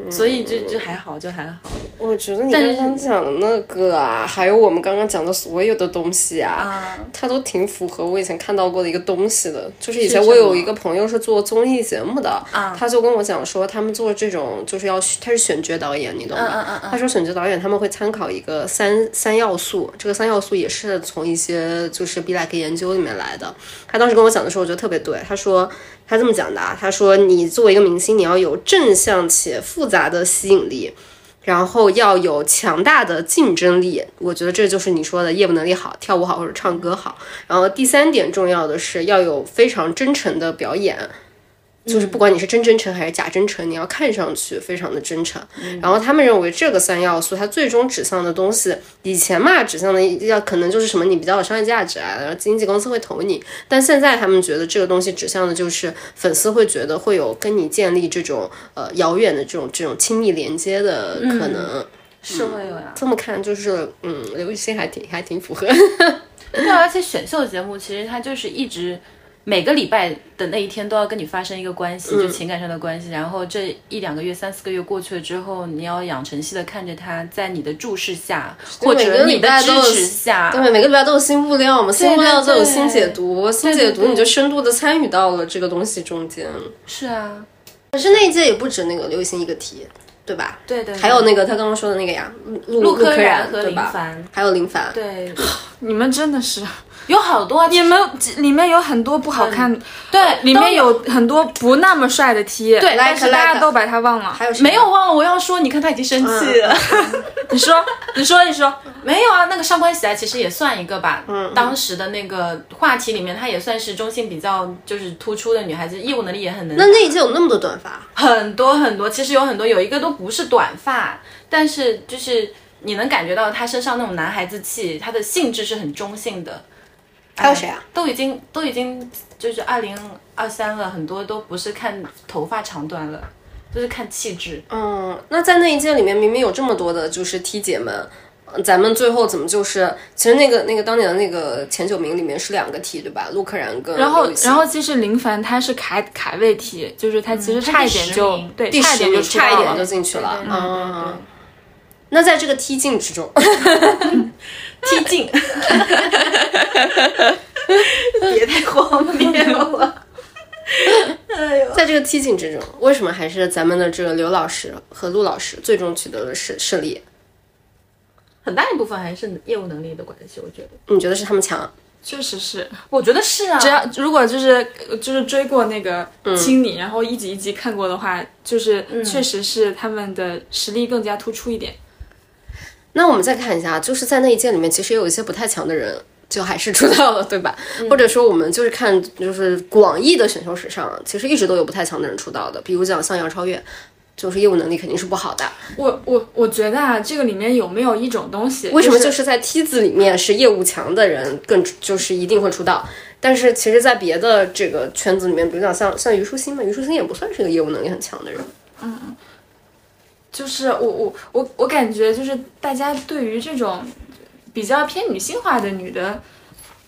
D: 所以就就还好，就还好。
B: 我觉得你刚刚讲的那个啊，还有我们刚刚讲的所有的东西啊，它都挺符合我以前看到过的一个东西的。就是啊以前我有一个朋友是做综艺节目的，他就跟我讲说，他们做这种就是要他是选角导演，你懂吗？他说选角导演他们会参考一个三三要素，这个三要素也是从一些就是 B l a k 研究里面来的。他当时跟我讲的时候，我觉得特别对。他说他这么讲的啊，他说你作为一个明星，你要有正向且复杂的吸引力。然后要有强大的竞争力，我觉得这就是你说的业务能力好、跳舞好或者唱歌好。然后第三点重要的是要有非常真诚的表演，就是不管你是真真诚还是假真诚，你要看上去非常的真诚。然后他们认为这个三要素，它最终指向的东西，以前嘛指向的要可能就是什么你比较有商业价值啊，然后经纪公司会投你，但现在他们觉得这个东西指向的就是粉丝会觉得会有跟你建立这种呃遥远的这种这种亲密连接的可能。
D: 是会有呀。
B: 这么看就是，嗯，刘雨欣还挺还挺 符合。
D: 对啊，而且选秀节目其实它就是一直每个礼拜的那一天都要跟你发生一个关系，就情感上的关系。然后这一两个月、三四个月过去了之后，你要养成系的看着它，在你的注视下，或
B: 每个
D: 者
B: 礼
D: 你的
B: 拜
D: 支
B: 都有
D: 持下，
B: 对，每个礼拜都有新物料嘛，新物料都有
D: 对
B: 新解读，新解读
D: 对
B: 你就深度的参与到了这个东西中间。
D: 是啊，
B: 可是那一届也不止那个刘雨欣一个题，对吧？
D: 对对。
B: 还有那个他刚刚说的那个呀，陆
D: 陆
B: 柯
D: 柯
B: 燃
D: 燃和
B: 对
D: 林
B: 吧
D: 凡，
B: 还有林凡，
D: 对，
A: 你们真的是，
D: 有好多啊，
A: 你们里面有很多不好看，
D: 对
A: 里
D: 都
A: 面有很多不那么帅的 T，对但是
B: like，
A: 大
B: like
A: 家都把他忘了。
B: 还有谁啊
D: 没有？忘了，我要说，你看他已经生气了。
B: 嗯
A: 你说，你说，你说，
D: 没有啊，那个上官喜啊，其实也算一个吧。嗯，当时的那个话题里面，她也算是中性比较就是突出的女孩子，业务能力也很能打。
B: 那那一届有那么多短发，
D: 很多很多，其实有很多，有一个都不是短发，但是就是你能感觉到她身上那种男孩子气，她的性质是很中性的。
B: 还有谁啊？
D: 都已经都已经就是二零二三了，很多都不是看头发长短了，就是看气质。
B: 嗯，那在那一届里面，明明有这么多的就是 T 姐们，呃咱们最后怎么就是，其实那个那个当年的那个前九名里面是两个 T 对吧？陆柯燃跟
A: 然后
B: 刘雨，欣
A: 然后其实林凡他是卡卡位 T，就是他其实差一点
D: 他
A: 就、
D: 第十名
A: 对，
B: 第
A: 差一
B: 十
A: 点
B: 名
A: 就出道
B: 差一点
A: 了
B: 就进去了。
D: 对对对
B: 嗯，那在这个踢进之中，
D: 激进， 别太荒谬了。
B: 在这个踢进之中，为什么还是咱们的这个刘老师和陆老师最终取得了胜胜利？
D: 很大一部分还是业务能力的关系，我觉得。
B: 你觉得是他们强？
A: 确实是。
D: 我觉得是啊，
A: 只要如果就是呃就是追过那个
B: 嗯
A: 青你，然后一集一集看过的话，就是确实是他们的实力更加突出一点。
B: 那我们再看一下，啊就是在那一届里面，其实也有一些不太强的人，就还是出道了，对吧？或者说，我们就是看，就是广义的选秀史上，其实一直都有不太强的人出道的，比如讲像杨超越，就是业务能力肯定是不好的。
A: 我我我觉得啊，这个里面有没有一种东西，
B: 为什么
A: 就
B: 就是是在梯子里面是业务强的人更就是一定会出道？但是其实，在别的这个圈子里面，比如讲像像虞书欣嘛，虞书欣也不算是个业务能力很强的人。
A: 就是我我我我感觉就是大家对于这种比较偏女性化的女的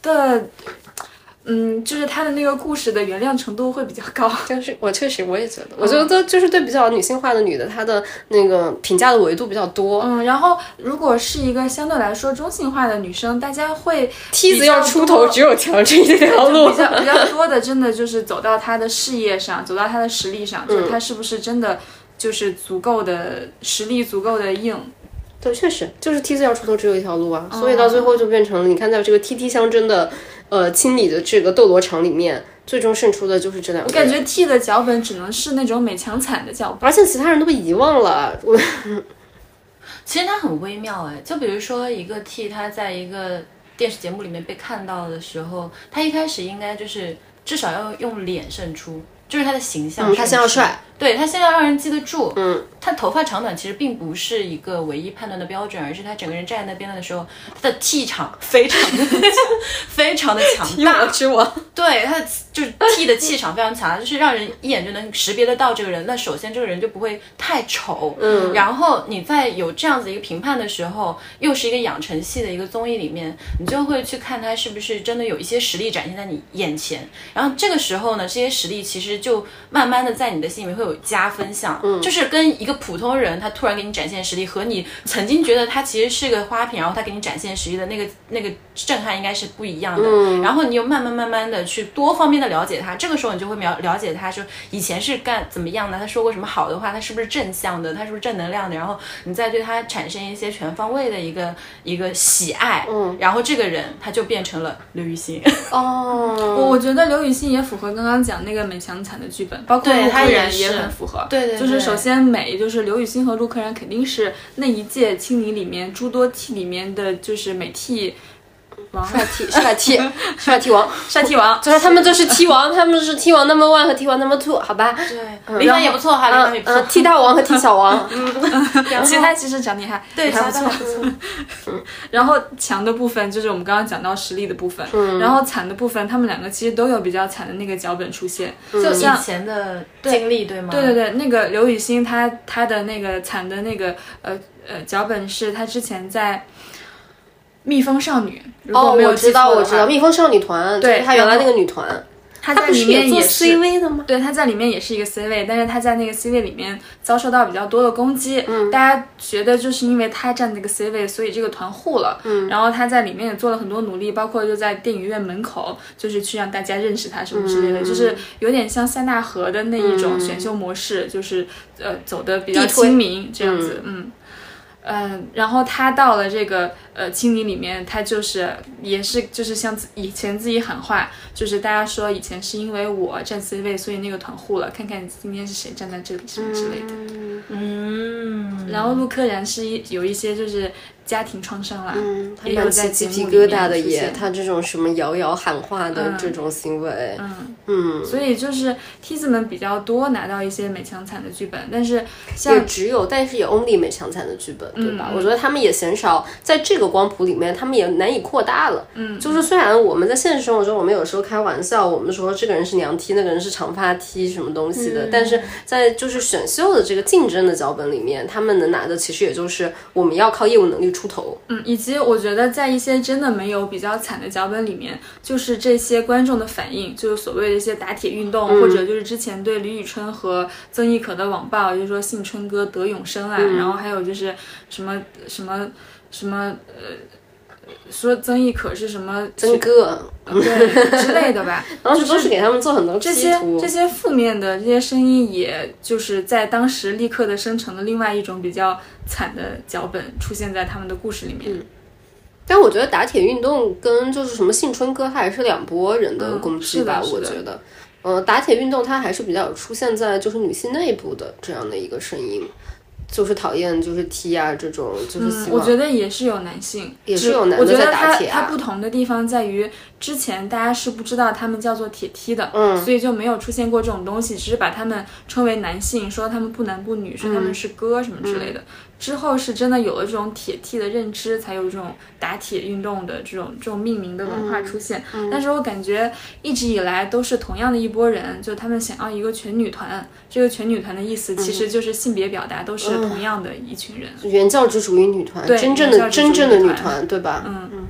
A: 的，嗯，就是她的那个故事的原谅程度会比较高。
B: 但是我确实我也觉得，嗯我觉得就是对比较女性化的女的，她的那个评价的维度比较多。
A: 嗯，然后如果是一个相对来说中性化的女生，大家会
B: 梯子要出头，只有强这一 条路
A: 比。较比较多的，真的就是走到她的事业上，走到她的实力上，
D: 嗯
A: 就是她是不是真的就是足够的实力，足够的硬。
B: 对，确实就是梯子要出头只有一条路啊，所以到最后就变成了你看，在这个 TT 相争的呃清理的这个斗罗场里面，最终胜出的就是这两个。
A: 我感觉 T 的脚本只能是那种美强惨的脚本。
B: 而且其他人都被遗忘了，我
D: 其实它很微妙哎。就比如说一个 T，他在一个电视节目里面被看到的时候，他一开始应该就是至少要用脸胜出，就是嗯他的形象胜出、
B: 他先要帅，
D: 对他现在要让人记得住，嗯，他头发长短其实并不是一个唯一判断的标准，而是他整个人站在那边的时候，他的气场非常的 非常的强大，
B: 吃我。
D: 对他的就是 T 的气场非常强， 就是让人一眼就能识别得到这个人。那首先这个人就不会太丑，嗯，然后你在有这样子一个评判的时候，又是一个养成系的一个综艺里面，你就会去看他是不是真的有一些实力展现在你眼前。然后这个时候呢，这些实力其实就慢慢的在你的心里面会有加分项，嗯，就是跟一个普通人他突然给你展现实力，和你曾经觉得他其实是个花瓶，然后他给你展现实力的那个那个震撼应该是不一样的。然后你又慢慢慢慢的去多方面的了解他，这个时候你就会了了解他说以前是干怎么样的，他说过什么好的话，他是不是正向的，他是不是正能量的，然后你再对他产生一些全方位的一个一个喜爱，嗯，然后这个人他就变成了刘雨欣，
B: 哦，
A: 我觉得刘雨欣也符合刚刚讲那个美强惨的剧本，包括
D: 对
A: 陆
D: 她
A: 柯
D: 也
A: 燃也
D: 是
A: 很符合。
D: 对对
A: 就是
D: 对
A: 首先美，就是刘雨欣和陆柯燃肯定是那一届青你里面诸多 T 里面的就是美 T。王
B: 帅 T 帅 T 帅 T 王，
A: 帅 T 王，
B: 就是他们就是 T 王，他们是 T 王 number one 和 T 王 number two，好吧？
D: 对，嗯林凡也不错哈，林凡也
B: 嗯
D: 不错
B: 嗯，T 大王和 T 小 王，
A: 其他其实长得也还
D: 对，
A: 也还
D: 还
A: 不
D: 不
A: 错。
D: 错。
A: 然后强的部分就是我们刚刚讲到实力的部分，
B: 嗯
A: 然后惨的部分，他们两个其实都有比较惨的那个脚本出现。
D: 就
A: 像
D: 以前的经历对吗？
A: 对对对，那个刘雨欣她她的那个惨的那个呃呃脚本是她之前在《蜜蜂少女》，如果
B: 哦，
A: 没有
B: 我
A: 记
B: 知道
A: 错
B: 我
A: 的
B: 知道，
A: 话，
B: 蜜蜂少女团，
A: 对
B: 就是她原来那个女团，
A: 她
B: 她
A: 在
B: 不
A: 里
B: 是
A: 面
B: 做
A: 也
B: C
A: 是。
B: 位的吗？
A: 对，她在里面也是一个 C 位，但是她在那个 C 位里面遭受到比较多的攻击，大家觉得就是因为她站那个 C 位，所以这个团护了，然后她在里面也做了很多努力，包括就在电影院门口，就是去让大家认识她什么之类的，就是有点像塞纳河的那一种选秀模式，就是呃走的比较
B: 地推
A: 亲民这样子，嗯。嗯，然后他到了这个呃青泥里面，他就是也是就是像自以前自己喊话，就是大家说以前是因为我站 C 位，所以那个团护了，看看今天是谁站在这里什么之类的。嗯
D: 嗯，
A: 然后陆柯燃是一有一些就是家庭创伤啦，
B: 嗯，她
A: 也有
B: 蛮
A: 在
B: 起
A: 节
B: 鸡
A: 目
B: 皮
A: 里
B: 疙
A: 面
B: 瘩的
A: 出
B: 耶
A: 现，嗯
B: 她这种什么摇摇喊话的这种行为，嗯，
A: 所以就是梯子们比较多拿到一些美强惨的剧本，但是像
B: 也只有，但是也 only 美强惨的剧本，对吧？
A: 嗯
B: 我觉得他们也嫌少，在这个光谱里面，他们也难以扩大了。嗯，就是虽然我们在现实生活中，我们有时候开玩笑，我们说这个人是娘 T，那个人是长发 T 什么东西
A: 嗯
B: 的，但是在就是选秀的这个竞争的脚本里面，他们能拿的其实也就是我们要靠业务能力出头。
A: 嗯，以及我觉得在一些真的没有比较惨的脚本里面，就是这些观众的反应，就是所谓的一些打铁运动，或者就是之前对李宇春和曾轶可的网暴，就是说信春哥得永生啊，然后还有就是什么什么什么呃，说曾轶可是什么
B: 真哥，
A: 对之类的吧，
B: 当时都是给他们做很多
A: 这
B: 基
A: 些
B: 图
A: 这。些负面的这些声音，也就是在当时立刻的生成了另外一种比较惨的脚本出现在他们的故事里面。
B: 但我觉得打铁运动跟就是什么幸春哥，它还是两拨人的攻击吧，
A: 嗯是的
B: 我
A: 是的
B: 觉得。呃，打铁运动它还是比较出现在就是女性内部的这样的一个声音，就是讨厌就是 T 啊这种，就是希
A: 嗯，我
B: 望、
A: 觉得也是有男性，
B: 也
A: 就
B: 是有男
A: 我
B: 的
A: 觉
B: 在
A: 得
B: 打
A: 它
B: 铁
A: 它
B: 啊
A: 不同的地方在于，之前大家是不知道他们叫做铁梯的，嗯，所以就没有出现过这种东西，只是把他们称为男性，说他们不男不女，说
B: 嗯
A: 他们是哥什么之类的。之后是真的有了这种铁梯的认知，才有这种打铁运动的这种这种命名的文化出现。
B: 嗯
A: 但是我感觉一直以来都是同样的一波人，就他们想要一个全女团。这个全女团的意思
B: 嗯
A: 其实就是性别表达都是同样的一群人。
B: 原教旨主义女团，
A: 对
B: 真正
A: 原教
B: 的
A: 旨主义
B: 真正的女
A: 女团
B: 团，对吧？嗯嗯。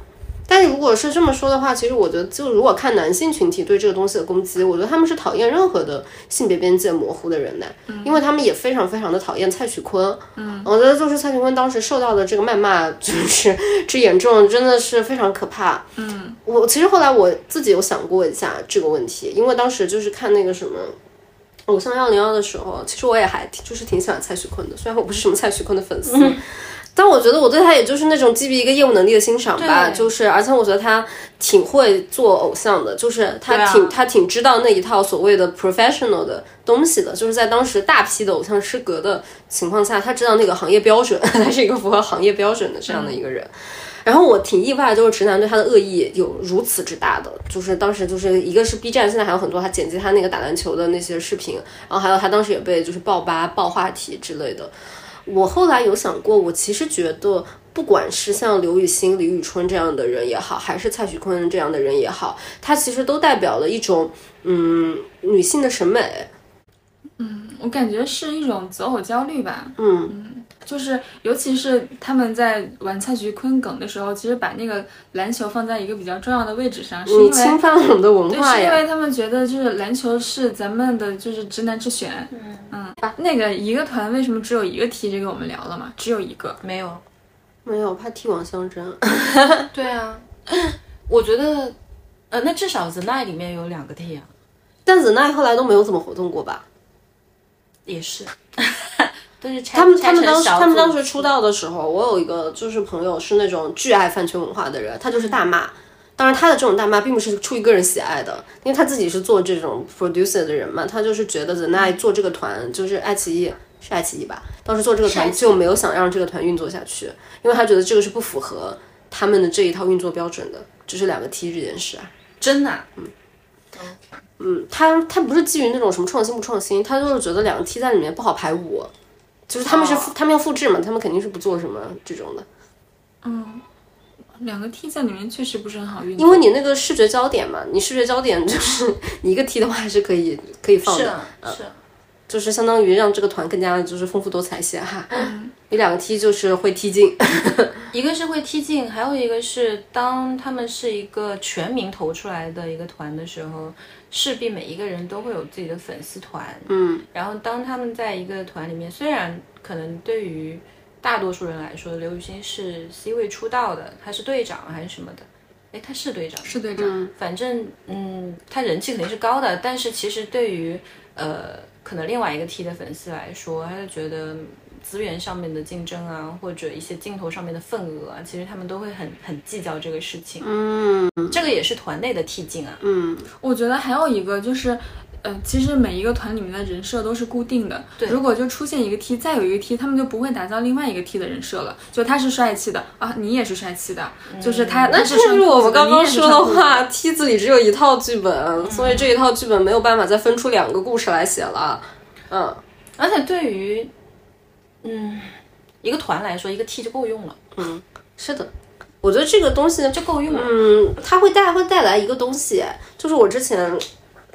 B: 但如果是这么说的话，其实我觉得，就如果看男性群体对这个东西的攻击，我觉得他们是讨厌任何的性别边界模糊的人的，
A: 嗯
B: 因为他们也非常非常的讨厌蔡徐坤。嗯，我觉得就是蔡徐坤当时受到的这个谩骂，就是这严重，真的是非常可怕。嗯，我其实后来我自己有想过一下这个问题，因为当时就是看那个什么。偶像幺零幺的时候，其实我也还挺就是挺喜欢蔡徐坤的，虽然我不是什么蔡徐坤的粉丝，但我觉得我对他也就是那种基于一个业务能力的欣赏吧，
D: 对
B: 就是而且我觉得他挺会做偶像的，就是他挺、他挺知道那一套所谓的 professional 的东西的，就是在当时大批的偶像失格的情况下，他知道那个行业标准， 他是一个符合行业标准的这样的一个人。然后我挺意外，就是直男对他的恶意有如此之大的，就是当时就是一个是 B 站，现在还有很多他剪辑他那个打篮球的那些视频，然后还有他当时也被就是爆吧、爆话题之类的。我后来有想过，我其实觉得，不管是像刘雨昕、李宇春这样的人也好，还是蔡徐坤这样的人也好，他其实都代表了一种嗯女性的审美，
A: 我感觉是一种择偶焦虑吧，
B: 嗯
A: 就是尤其是他们在玩蔡徐坤梗的时候，其实把那个篮球放在一个比较重要的位置上，是因
B: 你
A: 为
B: 侵犯了我们的文
A: 对，
B: 嗯化
A: 是因
B: 呀。
A: 为他们觉得就是篮球是咱们的就是直男之选，嗯那个一个团为什么只有一个 T？这个我们聊了嘛，只有一个，
D: 没有，
B: 没有，怕替王相争。
D: 对啊， 我觉得，呃，那至少 The Night 里面有两个 T 啊，
B: 但子奈后来都没有怎么活动过吧？
D: 也是， 都是拆
B: 他们他们
D: 拆成
B: 当时
D: 小
B: 他们
D: 组
B: 当时出道的时候，我有一个就是朋友是那种巨爱饭圈文化的人，他就是大骂。当然，他的这种大骂并不是出于个人喜爱的，因为他自己是做这种 producer 的人嘛，他就是觉得 The Night 做这个团就是爱奇艺是爱奇艺吧，当时做这个团就没有想让这个团运作下去，因为他觉得这个是不符合。他们的这一套运作标准的，就是两个 T 这件事啊。
D: 真的啊、
B: 嗯，他他不是基于那种什么创新不创新，他就是觉得两个 T 在里面不好排舞，就是他们是、复他们要复制嘛，他们肯定是不做什么这种的，
A: 两个 T 在里面确实不是很好运作，
B: 因为你那个视觉焦点嘛，你视觉焦点就是 你一个 T 的话还是可以可以放
D: 是
B: 的，
D: 啊是啊，
B: 就是相当于让这个团更加就是丰富多彩些哈。 你两个 T 就是会踢进，
D: 一个是会踢进，还有一个是当他们是一个全民投出来的一个团的时候，势必每一个人都会有自己的粉丝团。嗯，然后当他们在一个团里面，虽然可能对于大多数人来说，刘雨欣是 C 位出道的，她是队长还是什么的？哎，她是队长，
A: 是队长。
D: 反正嗯，他人气肯定是高的，但是其实对于呃，可能另外一个 T 的粉丝来说，他就觉得资源上面的竞争啊，或者一些镜头上面的份额啊，其实他们都会很很计较这个事情。嗯，这个也是团内的替进啊。嗯，
A: 我觉得还有一个就是，呃，其实每一个团里面的人设都是固定的。对，如果就出现一个 T，再有一个 T，他们就不会打造另外一个 T 的人设了。就他是帅气的啊，你也是帅气的，就是他。那
B: 这 嗯就是我们刚刚说的话。，T 字里只有一套剧本，所以这一套剧本没有办法再分出两个故事来写了。嗯，
D: 而且对于嗯一个团来说，一个 T 就够用了，
B: 是的，我觉得这个东西
D: 就够用了。
B: 嗯，它会带会带来一个东西，就是我之前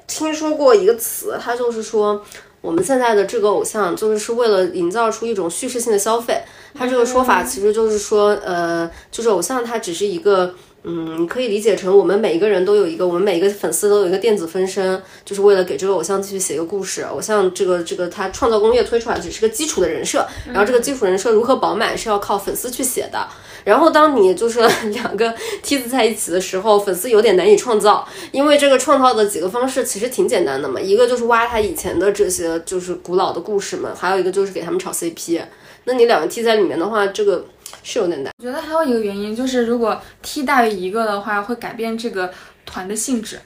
B: 听说过一个词，它就是说我们现在的这个偶像，就是是为了营造出一种叙事性的消费。它这个说法其实就是说，呃，就是偶像它只是一个。嗯，可以理解成我们每一个人都有一个，我们每一个粉丝都有一个电子分身，就是为了给这个偶像继续写一个故事。偶像这个这个他创造工业推出来只是个基础的人设，然后这个基础人设如何饱满是要靠粉丝去写的。然后当你就是 两个梯子在一起的时候，粉丝有点难以创造，因为这个创造的几个方式其实挺简单的嘛，一个就是挖他以前的这些就是古老的故事们，还有一个就是给他们炒 CP。那你两个 T 在里面的话，这个是有点难。
A: 我觉得还有一个原因就是，如果 T 大于一个的话，会改变这个团的性质。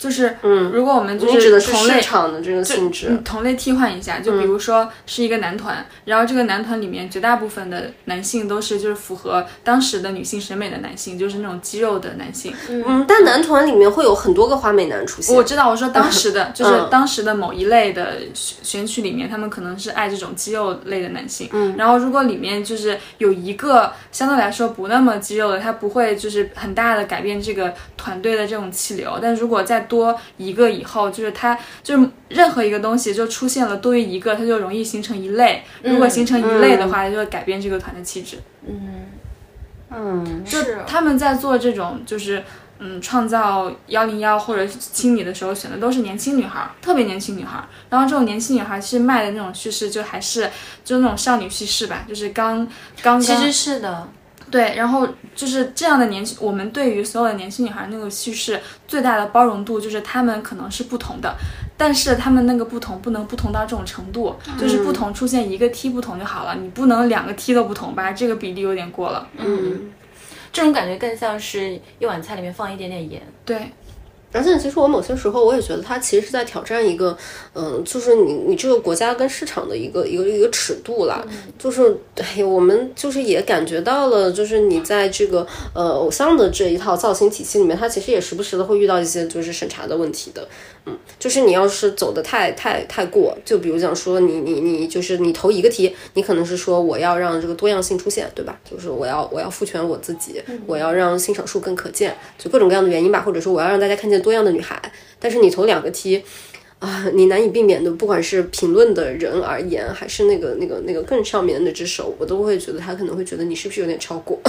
A: 就是，嗯，如果我们就
B: 你指的是
A: 同类
B: 市场的这个性质，
A: 嗯同类替换一下，就比如说是一个男团，然后这个男团里面绝大部分的男性都是就是符合当时的女性审美的男性，就是那种肌肉的男性。
B: 嗯，但男团里面会有很多个花美男出现。
A: 我知道，我说当时的就是当时的某一类的选选曲里面，他们可能是爱这种肌肉类的男性。嗯，然后如果里面就是有一个相对来说不那么肌肉的，他不会就是很大的改变这个团队的这种气流。但如果再多一个以后，就是他就是任何一个东西就出现了多于一个，它就容易形成一类。如果形成一类的话，它就会改变这个团的气质。
B: 嗯，
D: 是
A: 他们在做这种就是嗯创造幺零幺或者青你的时候，选的都是年轻女孩儿，特别年轻女孩儿。然后这种年轻女孩儿去卖的那种叙事，就还是就那种少女叙事吧，就是刚刚刚
D: 其实是的，
A: 对。然后就是这样的年轻，我们对于所有的年轻女孩儿那个叙事最大的包容度，就是她们可能是不同的。但是她们那个不同不能不同到这种程度，
D: 嗯
A: 就是不同出现一个 T 不同就好了，你不能两个 T 都不同吧？这个比例有点过了。
D: 这种感觉更像是一碗菜里面放一点点盐。
A: 对，
B: 而且其实我某些时候我也觉得它其实是在挑战一个，嗯、就是你你这个国家跟市场的一个一个一个尺度啦。就是 哎，我们就是也感觉到了，就是你在这个呃偶像的这一套造型体系里面，它其实也时不时的会遇到一些就是审查的问题的。嗯，就是你要是走的太太太过，就比如讲说你你你就是你投一个题，你可能是说我要让这个多样性出现，对吧？就是我要我要赋权我自己，我要让欣赏数更可见，就各种各样的原因吧，或者说我要让大家看见多样的女孩。但是你投两个题，啊、你难以避免的，不管是评论的人而言，还是那个那个那个更上面的那只手，我都会觉得他可能会觉得你是不是有点超过。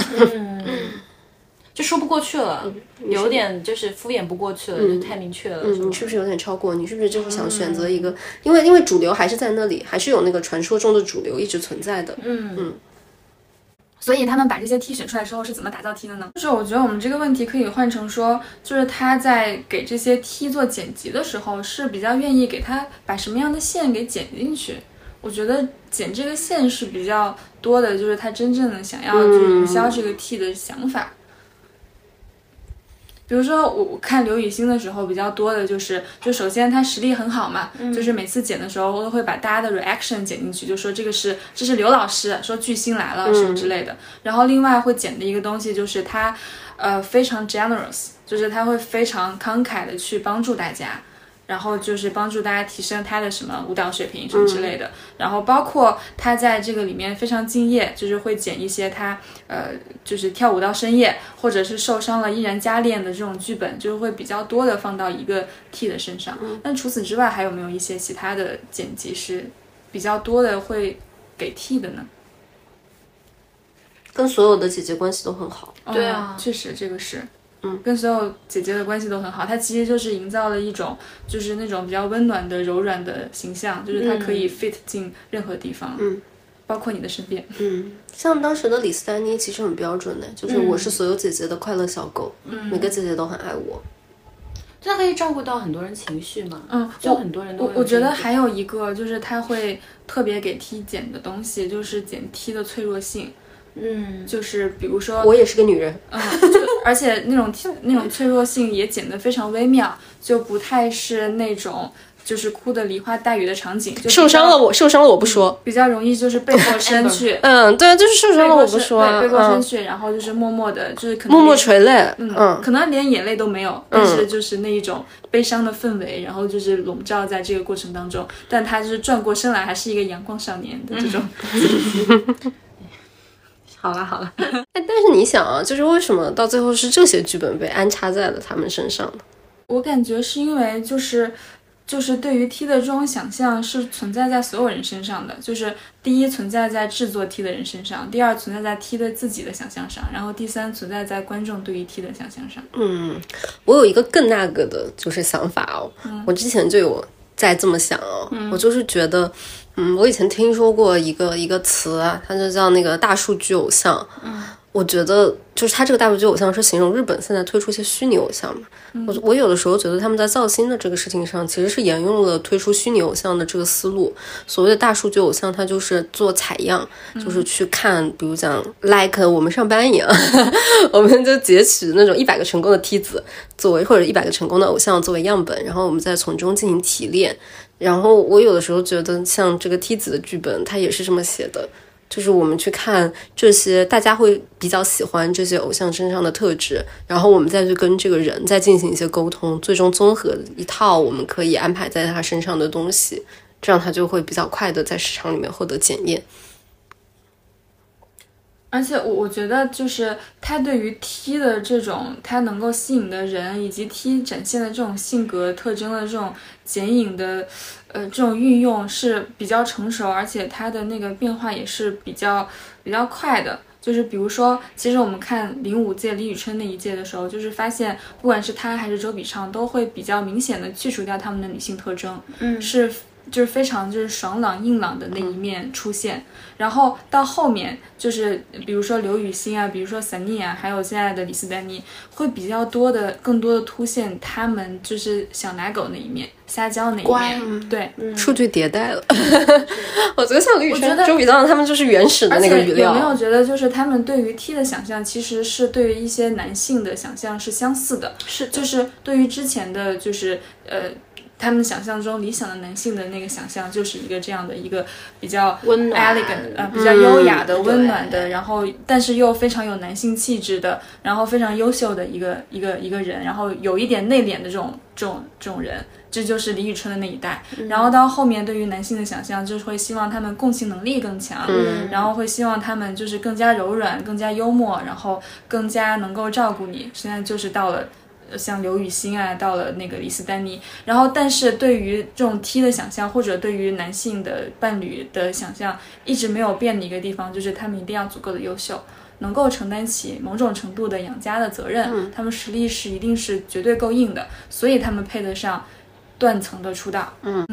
D: 就说不过去了，
B: 嗯
D: 有点就是敷衍不过去了，就太明确了。是
B: 你
D: 吧
B: 是不是有点超过？你是不是就是想选择一个？因为因为主流还是在那里，还是有那个传说中的主流一直存在的。
D: 嗯
A: 所以他们把这些 T 选出来之后是怎么打造 T 的呢？就是我觉得我们这个问题可以换成说，就是他在给这些 T 做剪辑的时候，是比较愿意给他把什么样的线给剪进去。我觉得剪这个线是比较多的，就是他真正的想要就是营销这个 T 的想法。比如说我我看刘雨欣的时候，比较多的就是，就首先她实力很好嘛，就是每次剪的时候我都会把大家的 reaction 剪进去，就说这个是这是刘老师，说巨星来了什么之类的。然后另外会剪的一个东西就是她，呃，非常 generous，就是她会非常慷慨的去帮助大家。然后就是帮助大家提升他的什么舞蹈水平什么之类的，然后包括他在这个里面非常敬业，就是会剪一些他呃就是跳舞到深夜，或者是受伤了依然加练的这种剧本，就是会比较多的放到一个 T 的身上。但除此之外，还有没有一些其他的剪辑是比较多的会给 T 的呢？
B: 跟所有的姐姐关系都很好。
D: 对啊
A: 嗯确实这个是，嗯，跟所有姐姐的关系都很好。她其实就是营造了一种就是那种比较温暖的、柔软的形象，就是她可以 fit 进任何地方，嗯，包括你的身边，
B: 嗯，像当时的李斯丹妮其实很标准的，就是
A: 嗯
B: 我是所有姐姐的快乐小狗，每个姐姐都很爱我。
D: 真的可以照顾到很多人情绪嘛？
A: 嗯
D: 就很多人都
A: 我
D: 会有
A: 我觉
D: 这
A: 得
D: 一点
A: 还有一个就是她会特别给 T 减的东西，就是减 T 的脆弱性，
D: 嗯，
A: 就是比如说啊
B: 我也是个女人，
A: 嗯而且那种那种脆弱性也剪得非常微妙，就不太是那种就是哭的梨花带雨的场景，就比较
B: 受伤了我受伤了我不说，，
A: 比较容易就是背过身去
B: 嗯，对，就是受伤
A: 背
B: 了
A: 过
B: 我
A: 身
B: 不说啊，
A: 对，背过身
B: 嗯，
A: 去，然后就是默默的，就是可能
B: 默默
A: 连
B: 垂泪，
A: 嗯，
B: 嗯，
A: 可能连眼泪都没有，但是就是那一种悲伤的氛围，然后就是笼罩在这个过程当中。但他就是转过身来，还是一个阳光少年的这种。
C: 好了 好了，
B: 哎，但是你想啊，就是为什么到最后是这些剧本被安插在了他们身上呢？
A: 我感觉是因为就是就是对于 T 的这种想象是存在在所有人身上的，就是第一存在在制作 T 的人身上，第二存在在 T 对自己的想象上，然后第三存在在观众对于 T 的想象上。
B: 嗯，我有一个更那个的，就是想法哦，我之前就有在这么想哦，我就是觉得，嗯，我以前听说过一个一个词啊，它就叫那个大数据偶像，嗯，我觉得就是它这个大数据偶像是形容日本现在推出一些虚拟偶像嘛，我我有的时候觉得他们在造星的这个事情上，其实是沿用了推出虚拟偶像的这个思路。所谓的大数据偶像，它就是做采样，就是去看，比如讲 like 我们上班一样， 我们就截取那种一百个成功的梯子作为或者一百个成功的偶像作为样本，然后我们再从中进行提炼。然后我有的时候觉得，像这个梯子的剧本，它也是这么写的。就是我们去看这些，大家会比较喜欢这些偶像身上的特质，然后我们再去跟这个人再进行一些沟通，最终综合一套我们可以安排在他身上的东西，这样他就会比较快的在市场里面获得检验。
A: 而且我我觉得就是他对于 T 的这种他能够吸引的人，以及 T 展现的这种性格特征的这种剪影的，呃，这种运用是比较成熟，而且它的那个变化也是比较比较快的。就是比如说，其实我们看零五届李宇春那一届的时候，就是发现不管是她还是周笔畅，都会比较明显的去除掉她们的女性特征，嗯，是就是非常就是爽朗硬朗的那一面出现。然后到后面就是比如说刘雨欣啊，比如说 Sunny 啊，还有现在的李斯丹妮，会比较多的、更多的凸现他们就是小奶狗那一面、撒娇那一面，对。
B: 数据迭代了， 我觉得像李宇
A: 我觉
B: 春、
A: 得
B: 周笔畅他们就是原始的
A: 而
B: 那个
A: 且
B: 语料。
A: 有没有觉得，就是他们对于 T 的想象，其实是对于一些男性的想象是相似的，
D: 是的
A: 就是对于之前的，就是呃，他们想象中理想的男性的那个想象，就是一个这样的一个比较
D: 温暖
A: elegant 呃，
B: 嗯
A: 比较优雅的、温暖的，然后但是又非常有男性气质的，然后非常优秀的一个一个一个人，然后有一点内敛的这种这种这种人，这就是李宇春的那一代。然后到后面对于男性的想象，就是会希望他们共情能力更强，然后会希望他们就是更加柔软、更加幽默，然后更加能够照顾你。现在就是到了。呃像刘雨欣啊，到了那个李斯丹妮，然后但是对于这种 T 的想象，或者对于男性的伴侣的想象，一直没有变的一个地方，就是他们一定要足够的优秀，能够承担起某种程度嗯的养家的责任，他们实力是一定是绝对够硬的，所以他们配得上断层的出道。嗯，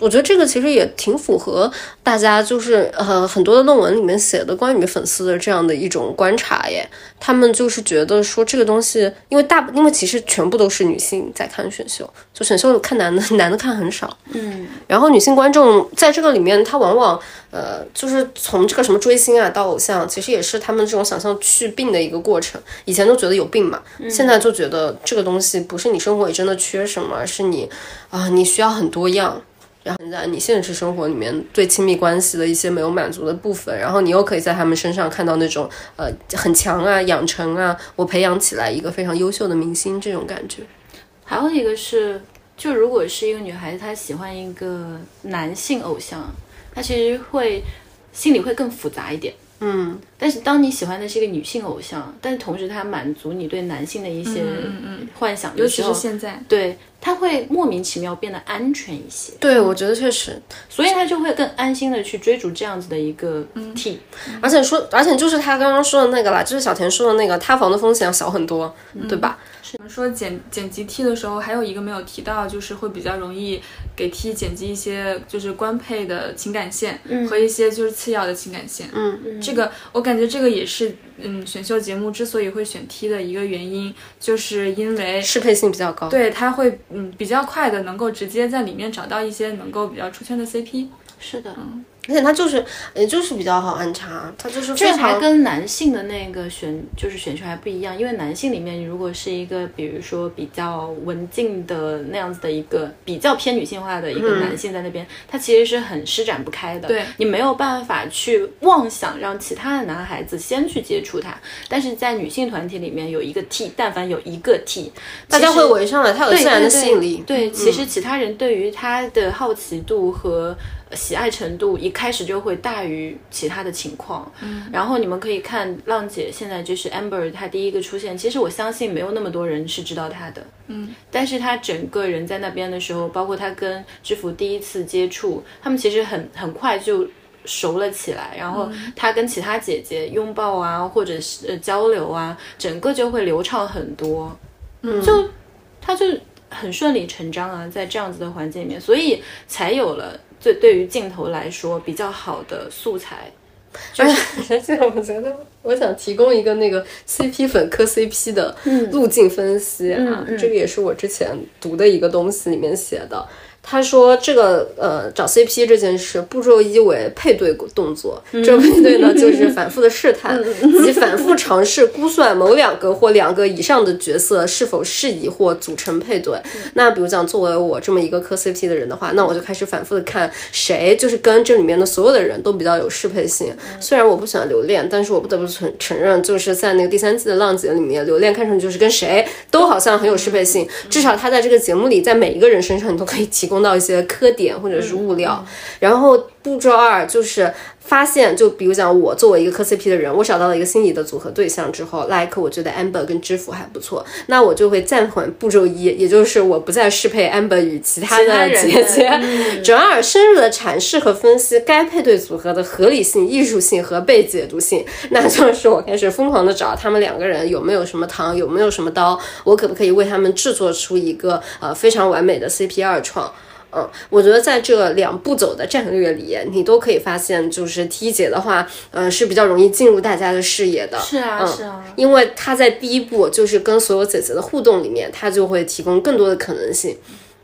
B: 我觉得这个其实也挺符合大家就是呃很多的论文里面写的关于粉丝的这样的一种观察耶。他们就是觉得说这个东西，因为大因为其实全部都是女性在看选秀，就选秀看男的 男的看很少，嗯。然后女性观众在这个里面，她往往呃就是从这个什么追星啊到偶像，其实也是他们这种想象去病的一个过程。以前都觉得有病嘛，现在就觉得这个东西不是你生活里真的缺什么，而是你啊、你需要很多样。然后在你现实生活里面对亲密关系的一些没有满足的部分，然后你又可以在他们身上看到那种呃很强啊、养成啊，我培养起来一个非常优秀的明星这种感觉。
D: 还有一个是，就如果是一个女孩子，她喜欢一个男性偶像，她其实会心里会更复杂一点。嗯，但是当你喜欢的是一个女性偶像，但是同时她满足你对男性的
A: 嗯
D: 一些幻想
A: 尤
D: 的
A: 其
D: 时
A: 是
D: 候，
A: 现在，
D: 对，她会莫名其妙变得安全一些，
B: 对，我觉得确实，
D: 所以她就会更安心的去追逐这样子的一个 T。
B: 而且说，而且就是他刚刚说的那个啦，就是小田说的那个塌房的风险要小很多，对吧？
A: 我们说剪剪辑 T 的时候，还有一个没有提到，就是会比较容易给 T 剪辑一些就是官配的情感线、和一些就是次要的情感线。嗯，这个我感觉这个也是嗯选秀节目之所以会选 T 的一个原因，就是因为。
B: 适配性比较高。
A: 对，他会嗯比较快的能够直接在里面找到一些能够比较出圈的 CP。
D: 是的，嗯
B: 而且他就是，也就是比较好安插，他就是非
D: 这还
B: 常
D: 跟男性的那个选就是选秀还不一样，因为男性里面如果是一个比如说比较文静的那样子的一个比较偏女性化的一个男性在那边，他其实是很施展不开的，
A: 对
D: 你没有办法去妄想让其他的男孩子先去接触他，但是在女性团体里面有一个 T，但凡有一个 T，
B: 大家
D: 其实
B: 会围上来，他有
D: 对
B: 自然的
D: 对
B: 吸引力。嗯
D: 对，其实其他人对于他的好奇度和喜爱程度，一开始就会大于其他的情况。嗯，然后你们可以看浪姐现在就是 Amber，她第一个出现，其实我相信没有那么多人是知道她的。嗯，但是她整个人在那边的时候，包括她跟知府第一次接触，他们其实很很快就。熟了起来，然后
B: 嗯
D: 她跟其他姐姐拥抱啊，或者是、呃、交流啊，整个就会流畅很多。就他就很顺理成章啊，在这样子的环境里面，所以才有了对对于镜头来说比较好的素材。
B: 而且我觉得，我想提供一个那个 CP 粉磕 CP 的路径分析啊，这个也是我之前读的一个东西里面写的。他说这个呃找 CP 这件事，步骤一为配对动作，这配对呢就是反复的试探及反复尝试估算某两个或两个以上的角色是否适宜或组成配对。那比如讲，作为我这么一个磕 CP 的人的话，那我就开始反复的看谁就是跟这里面的所有的人都比较有适配性。虽然我不喜欢留恋，但是我不得不承承认，就是在那个第三季的浪姐里面，留恋看上去就是跟谁都好像很有适配性，至少她在这个节目里，在每一个人身上你都可以提供到一些磕点或者是物料。然后步骤二就是发现，就比如讲我作为一个磕 CP 的人，我找到了一个心仪的组合对象之后，like 我觉得 Amber 跟知府还不错，那我就会暂缓步骤一，也就是我不再适配 Amber 与其他的
D: 其他人
B: 姐姐，
D: 嗯
B: 转而深入的阐释和分析该配对组合的合理性、艺术性和被解读性。 那就是我开始疯狂的找他们两个人有没有什么糖，有没有什么刀，我可不可以为他们制作出一个呃非常完美的 CP 二创。嗯，我觉得在这两步走的战略里，你都可以发现，就是 T 姐的话，嗯、是比较容易进入大家的视野的。
D: 是啊
B: 嗯、
D: 是啊
B: 因为她在第一步就是跟所有姐姐的互动里面，她就会提供更多的可能性。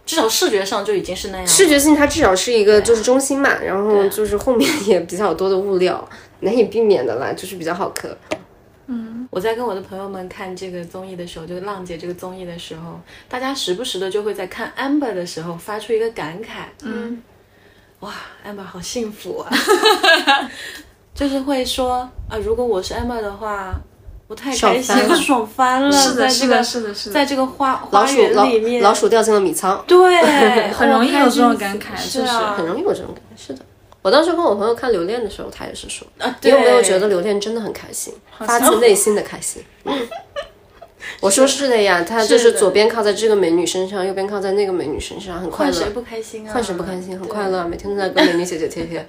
D: 至少视觉上就已经是那样了。
B: 视觉性它至少是一个就是中心嘛，然后就是后面也比较多的物料， 难以避免的啦，就是比较好磕。
D: 我在跟我的朋友们看这个综艺的时候，就是《浪姐》这个综艺的时候，大家时不时的就会在看 Amber 的时候发出一个感慨，嗯，哇，Amber 好幸福啊，就是会说啊，如果我是 Amber 的话，我太开心
B: 爽翻了
D: 了， 爽翻了，
A: 是的，
D: 在这
A: 是
D: 个
A: 的，是的，是的，
D: 在这个花
B: 老
D: 花
B: 鼠
D: 园
B: 老
D: 里面，
B: 老鼠掉进了米仓，
D: 对，哦
A: 很容易有这种
D: 我
A: 感
D: 开心
A: 慨
D: 死
A: 就是
D: 啊
B: 很容易有这种感觉。是的，我当时跟我朋友看《留恋》的时候，他也是说，你
D: 啊对
B: 有没有觉得《留恋》真的很开心，发自内心的开心？ 嗯我说是的呀，他就是
D: 是的
B: 左边靠在这个美女身上，右边靠在那个美女身上，很快
D: 换
B: 乐
D: 谁。不开心啊？
B: 换谁不开心？很快乐，每天都在跟美女姐姐贴贴。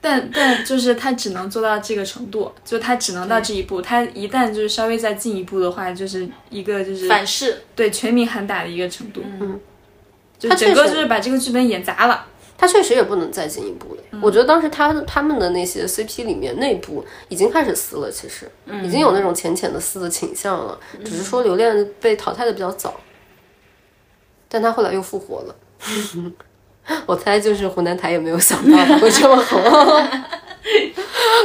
A: 但但就是他只能做到这个程度，就他只能到这一步。他一旦就是稍微再进一步的话，就是一个就是
D: 反噬。
A: 对全民喊打的一个程度。嗯，就
B: 他
A: 整
B: 确
A: 个
B: 实
A: 就是把这个剧本演砸了。
B: 他确实也不能再进一步了。我觉得当时他他们的那些 CP 里面内部已经开始撕了，其实已经有那种浅浅的撕的倾向了，只是说留恋被淘汰的比较早，但他后来又复活了。我猜就是湖南台也没有想到他会这么红。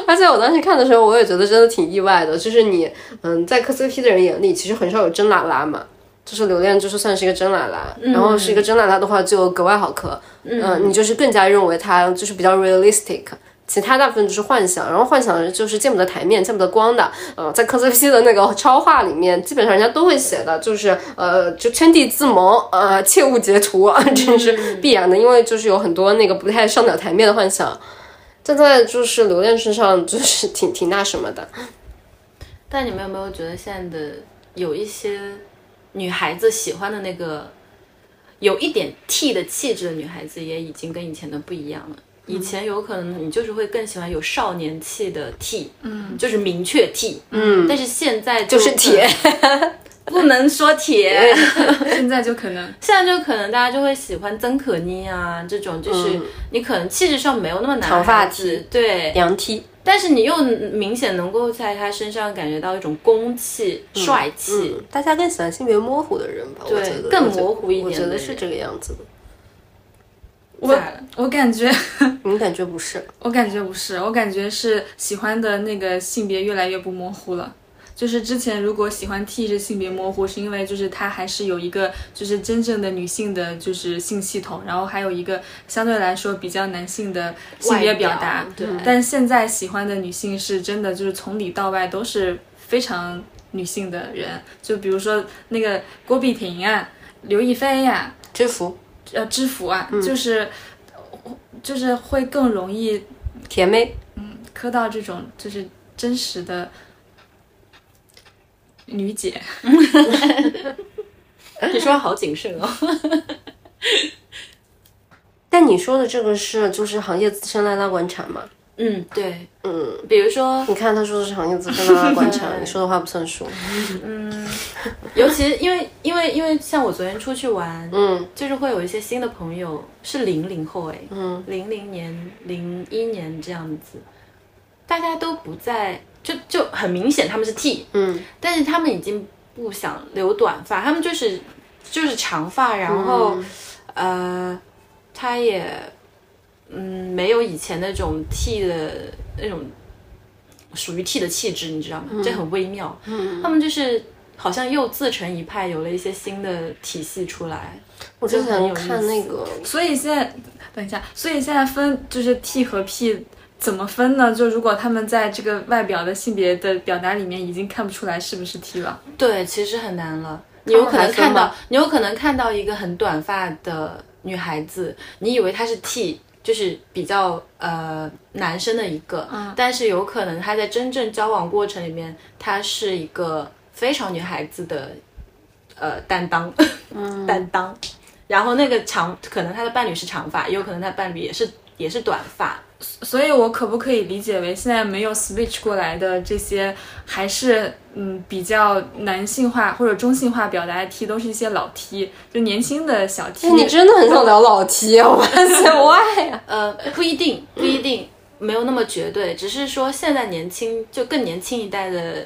B: 而且我当时看的时候，我也觉得真的挺意外的，就是你，嗯，在磕 CP 的人眼里，其实很少有真拉拉嘛。就是留恋，就是算是一个真拉拉，然后是一个真拉拉的话，就格外好磕。嗯、你就是更加认为它就是比较 realistic，其他大部分就是幻想，然后幻想就是见不得台面、见不得光的。呃，在 cosplay 的那个超话里面，基本上人家都会写的，就是呃，就圈地自萌，呃，切勿截图， 这是
D: 嗯
B: 必然的，因为就是有很多那个不太上得了台面的幻想。站在就是留恋身上，就是挺挺那什么的。
D: 但你们有没有觉得现在的有一些女孩子喜欢的那个有一点 T 的气质的女孩子，也已经跟以前的不一样了。
B: 嗯
D: 以前有可能你就是会更喜欢有少年气的 T，嗯，就是明确 T，嗯，但是现在就呃
B: 就是铁，
D: 嗯不能说铁，
A: 现在就可能
D: 现在就可能大家就会喜欢曾可妮啊这种，就是
B: 嗯
D: 你可能气质上没有那么男
B: 长发
D: 孩子
B: T
D: 对，
B: 凉梯，
D: 但是你又明显能够在他身上感觉到一种攻气、帅气。
B: 嗯，大家更喜欢性别模糊的人吧？我
D: 对
B: 觉得
D: 更
B: 我觉得
D: 模糊一
B: 我
D: 点
B: 觉
D: 的
B: 得
D: 人
B: 是这个样子的。嗯
A: 我
D: 咋了
A: 我感觉
B: 你感觉不是？
A: 我感觉不是，我感觉是喜欢的那个性别越来越不模糊了。就是之前如果喜欢 T 是性别模糊，是因为就是它还是有一个就是真正的女性的就是性系统，然后还有一个相对来说比较男性的性别表达
D: 外。表对
A: 但现在喜欢的女性是真的就是从里到外都是非常女性的人，就比如说那个郭碧婷啊、刘亦菲呀、
B: 知福
A: 呃知府啊，
D: 嗯
A: 就是就是会更容易
B: 甜妹，
A: 磕到这种就是真实的女姐，
D: 你说话好谨慎哦。
B: 但你说的这个是就是行业资深拉拉观察嘛？
D: 嗯，对，
B: 嗯，
D: 比如说，
B: 你看他说的是行业资深拉拉观 察，你说的话不算数。
D: 尤其因为因为因为像我昨天出去玩，
B: 嗯
D: 就是会有一些新的朋友是零零后哎，
B: 嗯，
D: 零零年、零一年这样子，大家都不在，就就很明显他们是 T，
B: 嗯，
D: 但是他们已经不想留短发，他们就是就是长发，然后、
B: 嗯
D: 呃，他也嗯没有以前那种 T 的那种属于 T 的气质，你知道吗？这很微妙。嗯，他们就是好像又自成一派，有了一些新的体系出来。
B: 我之
D: 就很有
B: 前
D: 意思
B: 看那个，
A: 所以现在等一下，所以现在分就是 T 和 P 怎么分呢？就如果他们在这个外表的性别的表达里面已经看不出来是不是 T 了，
D: 对，其实很难了。你有可
B: 他
D: 能看
B: 们还分
D: 到
B: 吗，
D: 你有可能看到一个很短发的女孩子，你以为她是 T，就是比较呃男生的一个，但是有可能她在真正交往过程里面，她是一个非常女孩子的呃担当， 担当。然后那个长，可能她的伴侣是长发，也有可能她的伴侣也是也是短发，
A: 所以我可不可以理解为现在没有 switch 过来的这些还是嗯比较男性化或者中性化表达的 T 都是一些老 T，就年轻的小 T。
B: 哎，你真的很想聊老 T 啊！我发现 why 呀？
D: 呃，不一定，不一定，没有那么绝对，只是说现在年轻就更年轻一代的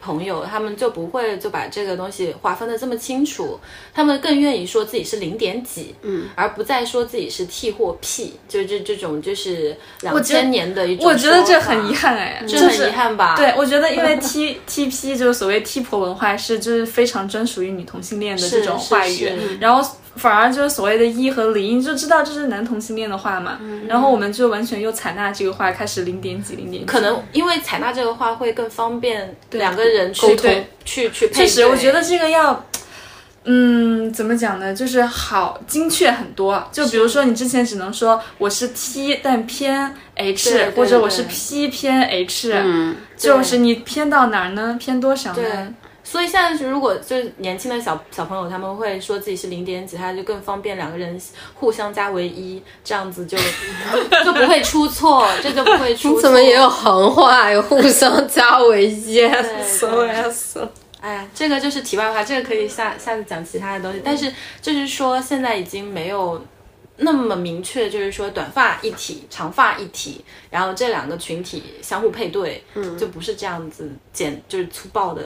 D: 朋友，他们就不会就把这个东西划分的这么清楚，他们更愿意说自己是零点几，嗯，而不再说自己是 T 或 P，就这这种就是两
A: 觉得
D: 千年的一种
A: 我觉得这
D: 说法
A: 很遗，憾哎，
D: 嗯这
A: 这
D: 很遗憾吧？
A: 对， 我觉得因为 T T P 就是所谓 T 婆文化是就是非常专属于女同性恋的这种话
D: 是嗯
A: 语
D: 是是，
A: 然后反而就是所谓的“一”和“零”，就知道这是男同性恋的话嘛，
D: 嗯
A: 然后我们就完全又采纳这个话，开始零点几零点几。
D: 可能因为采纳这个话会更方便两个人去
B: 沟
D: 对
B: 通
D: 去去配对。
A: 确实，我觉得这个要。嗯，怎么讲呢？就是好精确很多。就比如说，你之前只能说我是 T，但偏 H，
D: 对对
A: 或者我是
D: 对
A: P 偏 H，
B: 嗯，
A: 就是你偏到哪儿呢？偏多少呢？
D: 所以现在是如果就是年轻的小小朋友，他们会说自己是零点几，他就更方便两个人互相加为一，这 样子就就就不会出错，这就不会出错。
B: 怎么也有行话，有互相加为 yes
D: 对
B: yes。
D: 哎呀，这个就是题外话，这个可以下下次讲其他的东西。但是就是说，现在已经没有那么明确，就是说短发一体、长发一体，然后这两个群体相互配对，嗯，就不是这样子简就是粗暴的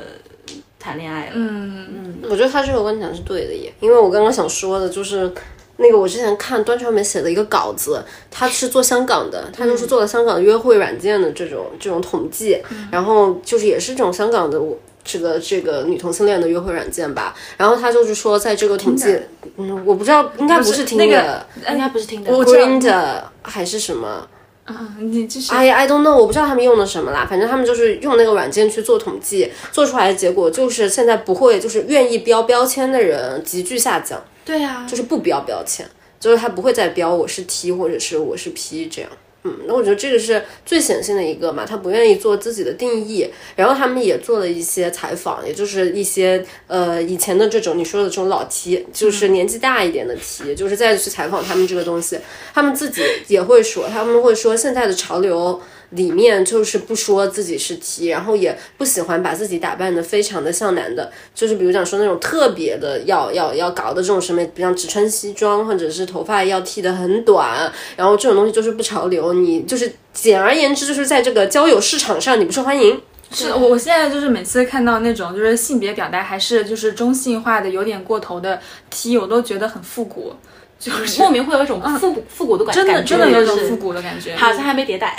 D: 谈恋爱了。嗯，
B: 我觉得他这个观点是对的耶，因为我刚刚想说的就是。那个我之前看端传媒写的一个稿子，他是做香港的，他就是做的香港约会软件的这种这种统计，然后就是也是这种香港的我这个这个女同性恋的约会软件吧，然后他就是说在这个统计，嗯，我不知道应该不是听
A: 那
B: 的
A: 个，
D: 应该不是听的。
A: 我知
B: g r
A: 道
B: i n d 还是什么，
A: 嗯，你就是
B: 哎呀，I don't know，我不知道他们用的什么啦，反正他们就是用那个软件去做统计，做出来的结果就是现在不会，就是愿意标标签的人急剧下降，
D: 对啊，
B: 就是不标标签，就是他不会再标我是 T 或者是我是 P 这样。嗯，那我觉得这个是最显性的一个嘛，他不愿意做自己的定义，然后他们也做了一些采访，也就是一些呃以前的这种你说的这种老 T，就是
D: 嗯
B: 年纪大一点的 T，、就是再去采访他们这个东西，他们自己也会说，他们会说现在的潮流里面就是不说自己是 T，然后也不喜欢把自己打扮的非常的像男的，就是比如讲说那种特别的要要要搞的这种审美，比方只穿西装或者是头发要剃得很短，然后这种东西就是不潮流，你就是简而言之就是在这个交友市场上你不受欢迎。
A: 是我我现在就是每次看到那种就是性别表达还是就是中性化的有点过头的 T，我都觉得很复古，就是
D: 莫名会有一种复古、复嗯古的感
A: 真的
D: 感觉
A: 真的有一种
D: 就是
A: 复古的感觉。
D: 好像还没迭代。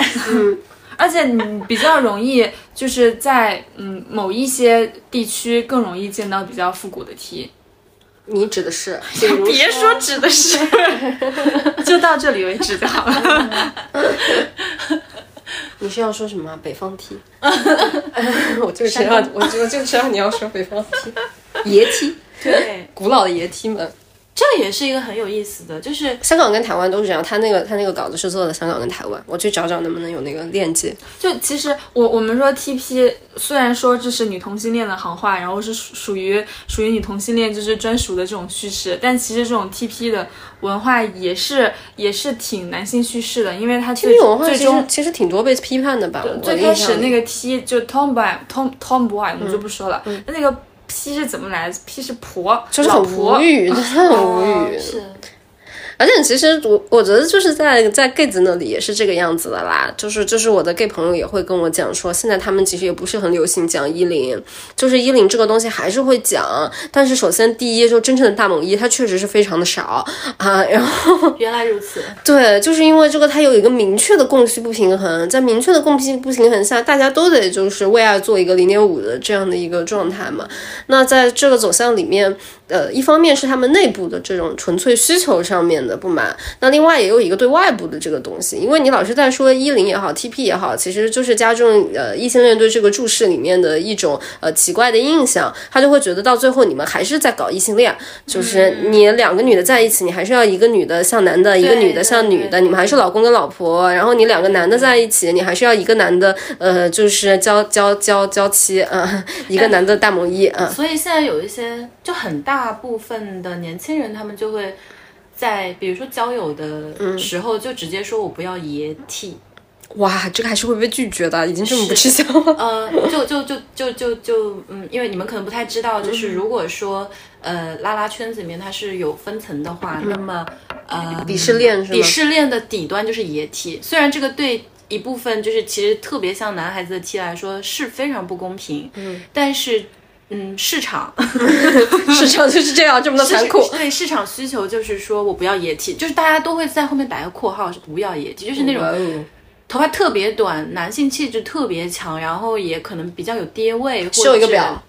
A: 而且你比较容易就是在嗯某一些地区更容易见到比较复古的 T。
B: 你指的是，比如说
A: 说指的是， 就到这里为止就好了。
B: 你是要说什么啊？北方 T？我就知道，我就就知道你要说北方 T，爷 T，
D: 对，
B: 古老的爷 T 们。
D: 这也是一个很有意思的，就是
B: 香港跟台湾都是这样，他那个他那个稿子是做的香港跟台湾，我去找找能不能有那个链接。
A: 就其实我我们说 TP，虽然说这是女同性恋的行话，然后是属属于属于女同性恋就是专属的这种叙事，但其实这种 TP 的文化也是也是挺男性叙事的，因为它最
B: 这种话
A: 最
B: 其实
A: 终
B: 其实挺多被批判的吧？我
A: 最
B: 印
A: 开
B: 象
A: 始
B: 里嗯
A: 那个 T 就 tomboy tom tomboy 我们就不说了，那、那个 P 是怎么来的？P 是婆，
B: 就是很
A: 老
B: 无
A: 婆。哦
B: 语，真的很无语。
D: 是
B: 而且其实我我觉得就是在在 gay 子那里也是这个样子的啦，就是就是我的 gay 朋友也会跟我讲说，现在他们其实也不是很流行讲一零，就是一零这个东西还是会讲，但是首先第一就真正的大猛一，它确实是非常的少啊，然后
D: 原来如此。
B: 对，就是因为这个它有一个明确的供需不平衡，在明确的供需不平衡下，大家都得就是为爱做一个零点五的这样的一个状态嘛。那在这个走向里面，呃，一方面是他们内部的这种纯粹需求上面的不满，那另外也有一个对外部的这个东西，因为你老是在说一零也好，TP 也好，其实就是加重呃异性恋对这个注视里面的一种呃奇怪的印象，他就会觉得到最后你们还是在搞异性恋，就是你两个女的在一起，你还是要一个女的像男的，一个女的像女
D: 对
B: 的，
D: 对
B: 你们还是老公跟老婆，然后你两个男的在一起，你还是要一个男的呃就是娇娇娇娇妻啊、呃一个男的大萌一啊。呃
D: 所以现在有一些，就很大部分的年轻人，他们就会在比如说交友的时候，就直接说我不要爷 T，、
B: 哇，这个还是会被拒绝的，已经这么不吃香了。
D: 呃，就就就就就就嗯，因为你们可能不太知道，就是如果说呃拉拉圈子里面它是有分层的话，那么呃
B: 哦鄙视链是吗
D: 鄙视链的底端就是爷 T，虽然这个对。一部分就是其实特别像男孩子的 T 来说是非常不公平，嗯，但是嗯 市场
B: 市场 就是这样，这么的残 酷。
D: 对市场需求就是说我不要野体，就是大家都会在后面打个括号是不要野体，就是那种
B: 哦，
D: 头发特别短，男性气质特别强，然后也可能比较有爹味，或者
B: 秀一个
D: 是
B: 表，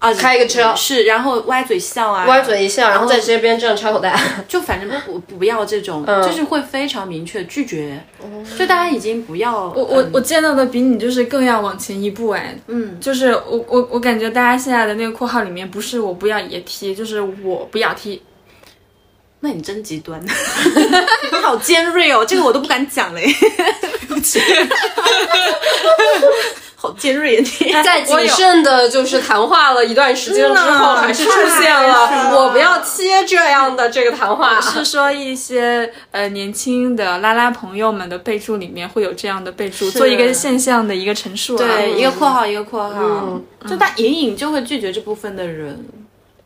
D: 啊，
B: 开一个车
D: 是，然后歪嘴笑啊，
B: 歪嘴一笑，然后在这边这样插口袋。
D: 就反正我不不要这种，
B: 嗯
D: 就是会非常明确拒绝，
B: 哦
D: 就大家已经不要
A: 我
B: 嗯
A: 我我见到的比你就是更要往前一步哎，
D: 嗯
A: 就是我我我感觉大家现在的那个括号里面不是我不要也踢，就是我不要踢。
D: 那你真极端，你好 尖锐哦，这个我都不敢讲嘞。好尖锐呀你。
B: 在谨慎的就是谈话了一段时间之后，
A: 嗯
B: 还是出现
C: 太
B: 了
C: 少
B: 我不要切这样的这个谈话。
A: 是说一些呃年轻的拉拉朋友们的备注里面会有这样的备注，做一个现象的一个陈述啊。
D: 对，一个括号一个括号，
B: 嗯
D: 就他隐隐就会拒绝这部分的人，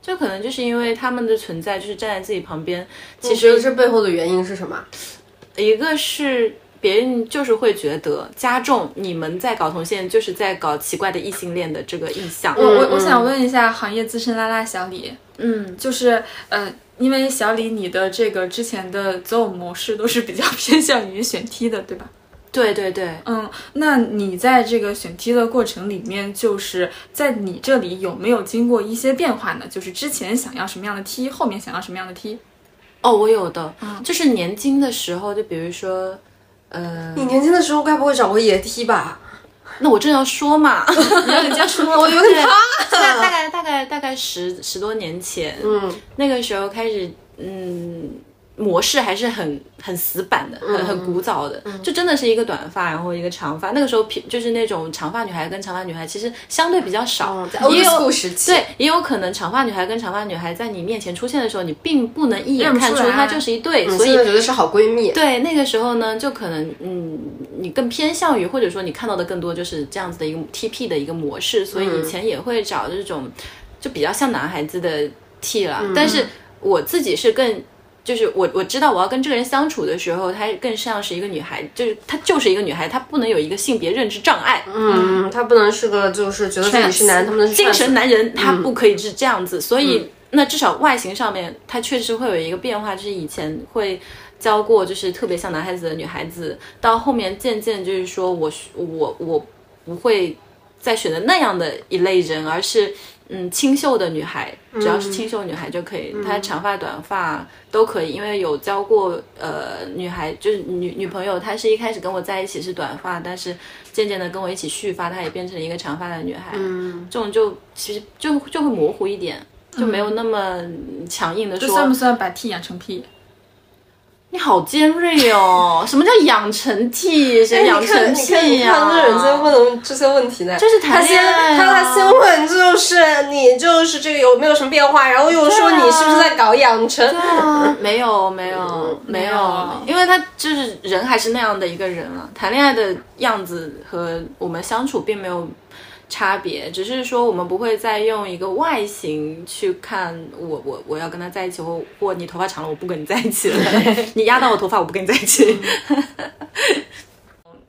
D: 就可能就是因为他们的存在，就是站在自己旁边。其
B: 你觉得
D: 实
B: 这背后的原因是什么？
D: 一个是别人就是会觉得加重你们在搞同性恋，就是在搞奇怪的异性恋的这个印象。
A: 我我
B: 嗯
A: 我想问一下行业资深拉拉小李，
D: 嗯，
A: 就是呃，因为小李你的这个之前的择偶模式都是比较偏向于选 T 的，对吧？
D: 对对对，
A: 嗯，那你在这个选 T 的过程里面，就是在你这里有没有经过一些变化呢？就是之前想要什么样的 T，后面想要什么样的 T？
D: 哦，我有的，
B: 嗯
D: 就是年轻的时候，就比如说，呃，
B: 你年轻的时候该不会找过野 T 吧？
D: 那我正要说 嘛，
A: 你让人家说，我有
D: 对，大大概大概大概十十多年前，
B: 嗯，
D: 那个时候开始，嗯，模式还是很很死板的，很很古早的，就真的是一个短发，然后一个长发。那个时候平就是那种长发女孩跟长发女孩其实相对比较少，
B: 嗯在 old
D: 也有
B: school 时期，
D: 对，也有可能长发女孩跟长发女孩在你面前出现的时候，你并不能一眼
A: 认不
D: 看
A: 出
D: 出
A: 来
D: 她就是一对，所以
B: 现在觉嗯得是好闺蜜。
D: 对，那个时候呢，就可能嗯，你更偏向于或者说你看到的更多就是这样子的一个 TP 的一个模式，所以以前也会找这种就比较像男孩子的 T 了，但是我自己是更。就是我我知道我要跟这个人相处的时候，她更像是一个女孩，就是她就是一个女孩，她不能有一个性别认知障碍。
B: 嗯，她不能是个就是觉得自己是男，他们的
D: 精神男人他不可以是这样子，所以那至少外形上面，他确实会有一个变化，就是以前会。教过就是特别像男孩子的女孩子，到后面渐渐就是说我我我不会再选择那样的一类人，而是嗯清秀的女孩，
B: 嗯
D: 只要是清秀女孩就可以，她长发短发都可以，因为有交过呃女孩就是女女朋友，她是一开始跟我在一起是短发，但是渐渐的跟我一起蓄发，她也变成了一个长发的女孩，嗯、这种就其实就就会模糊一点，就没有那么强硬的
A: 这
D: 说，
A: 算不算把 T 养成 P？
D: 你好尖锐哦！什么叫养成 T？谁养成啊 T 呀、
B: 哎看人家问这些问题呢，
D: 这是
B: 他
D: 谈
B: 先
D: 恋爱
B: 他
D: 啊
B: 他先问就是你就是这个有没有什么变化，然后又说你是不是在搞养成？
D: 啊， 没有没有没
A: 没有
D: 有，因为他就是人还是那样的一个人啊，谈恋爱的样子和我们相处并没有差别，只是说我们不会再用一个外形去看我我我要跟他在一起，或或你头发长了我不跟你在一起了，你压到我头发我不跟你在一起。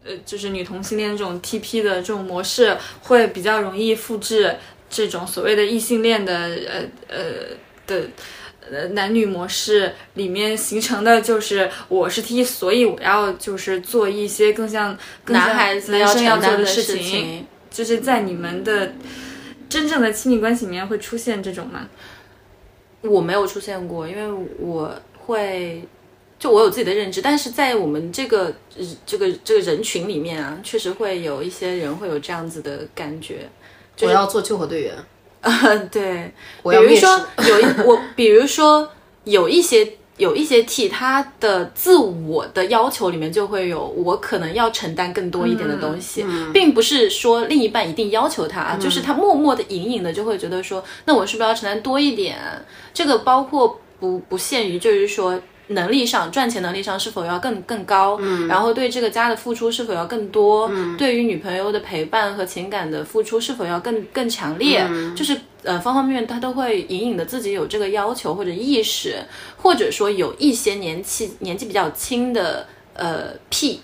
A: 呃，就是女同性恋这种 TP 的这种模式，会比较容易复制这种所谓的异性恋的呃呃的呃男女模式里面形成的，就是我是 T，所以我要就是做一些更像更像
D: 男孩子
A: 男生要
D: 承
A: 做
D: 担的
A: 事
D: 事情。
A: 就是在你们的真正的亲密关系里面会出现这种吗？
D: 我没有出现过，因为我会，就我有自己的认知，但是在我们这个呃这个这个人群里面啊，确实会有一些人会有这样子的感觉。
B: 我要做救火队员，
D: 对，
B: 我
D: 比
B: 要
D: 如
B: 面试。
D: 说有一 我，比如说有一些有一些 T，他的自我的要求里面就会有我可能要承担更多一点的东西，并不是说另一半一定要求他啊，就是他默默的隐隐的就会觉得说，那我是不是要承担多一点？这个包括不不限于就是说。能力上，赚钱能力上是否要更更高？嗯，然后对这个家的付出是否要更多？嗯，对于女朋友的陪伴和情感的付出是否要更更强烈？就是呃方方面面，他都会隐隐的自己有这个要求或者意识，或者说有一些年纪年纪比较轻的呃 P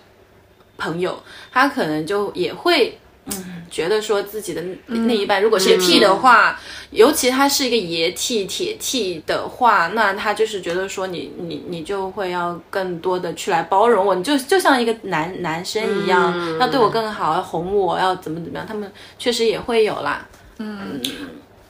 D: 朋友，他可能就也会。嗯，觉得说自己的另一半如果是个 T 的话，尤其他是一个爷 T、铁 T 的话，那他就是觉得说你你你就会要更多的去来包容我，你就就像一个男男生一样，
B: 嗯
D: 要对我更好，要哄我，要怎么怎么样，他们确实也会有啦。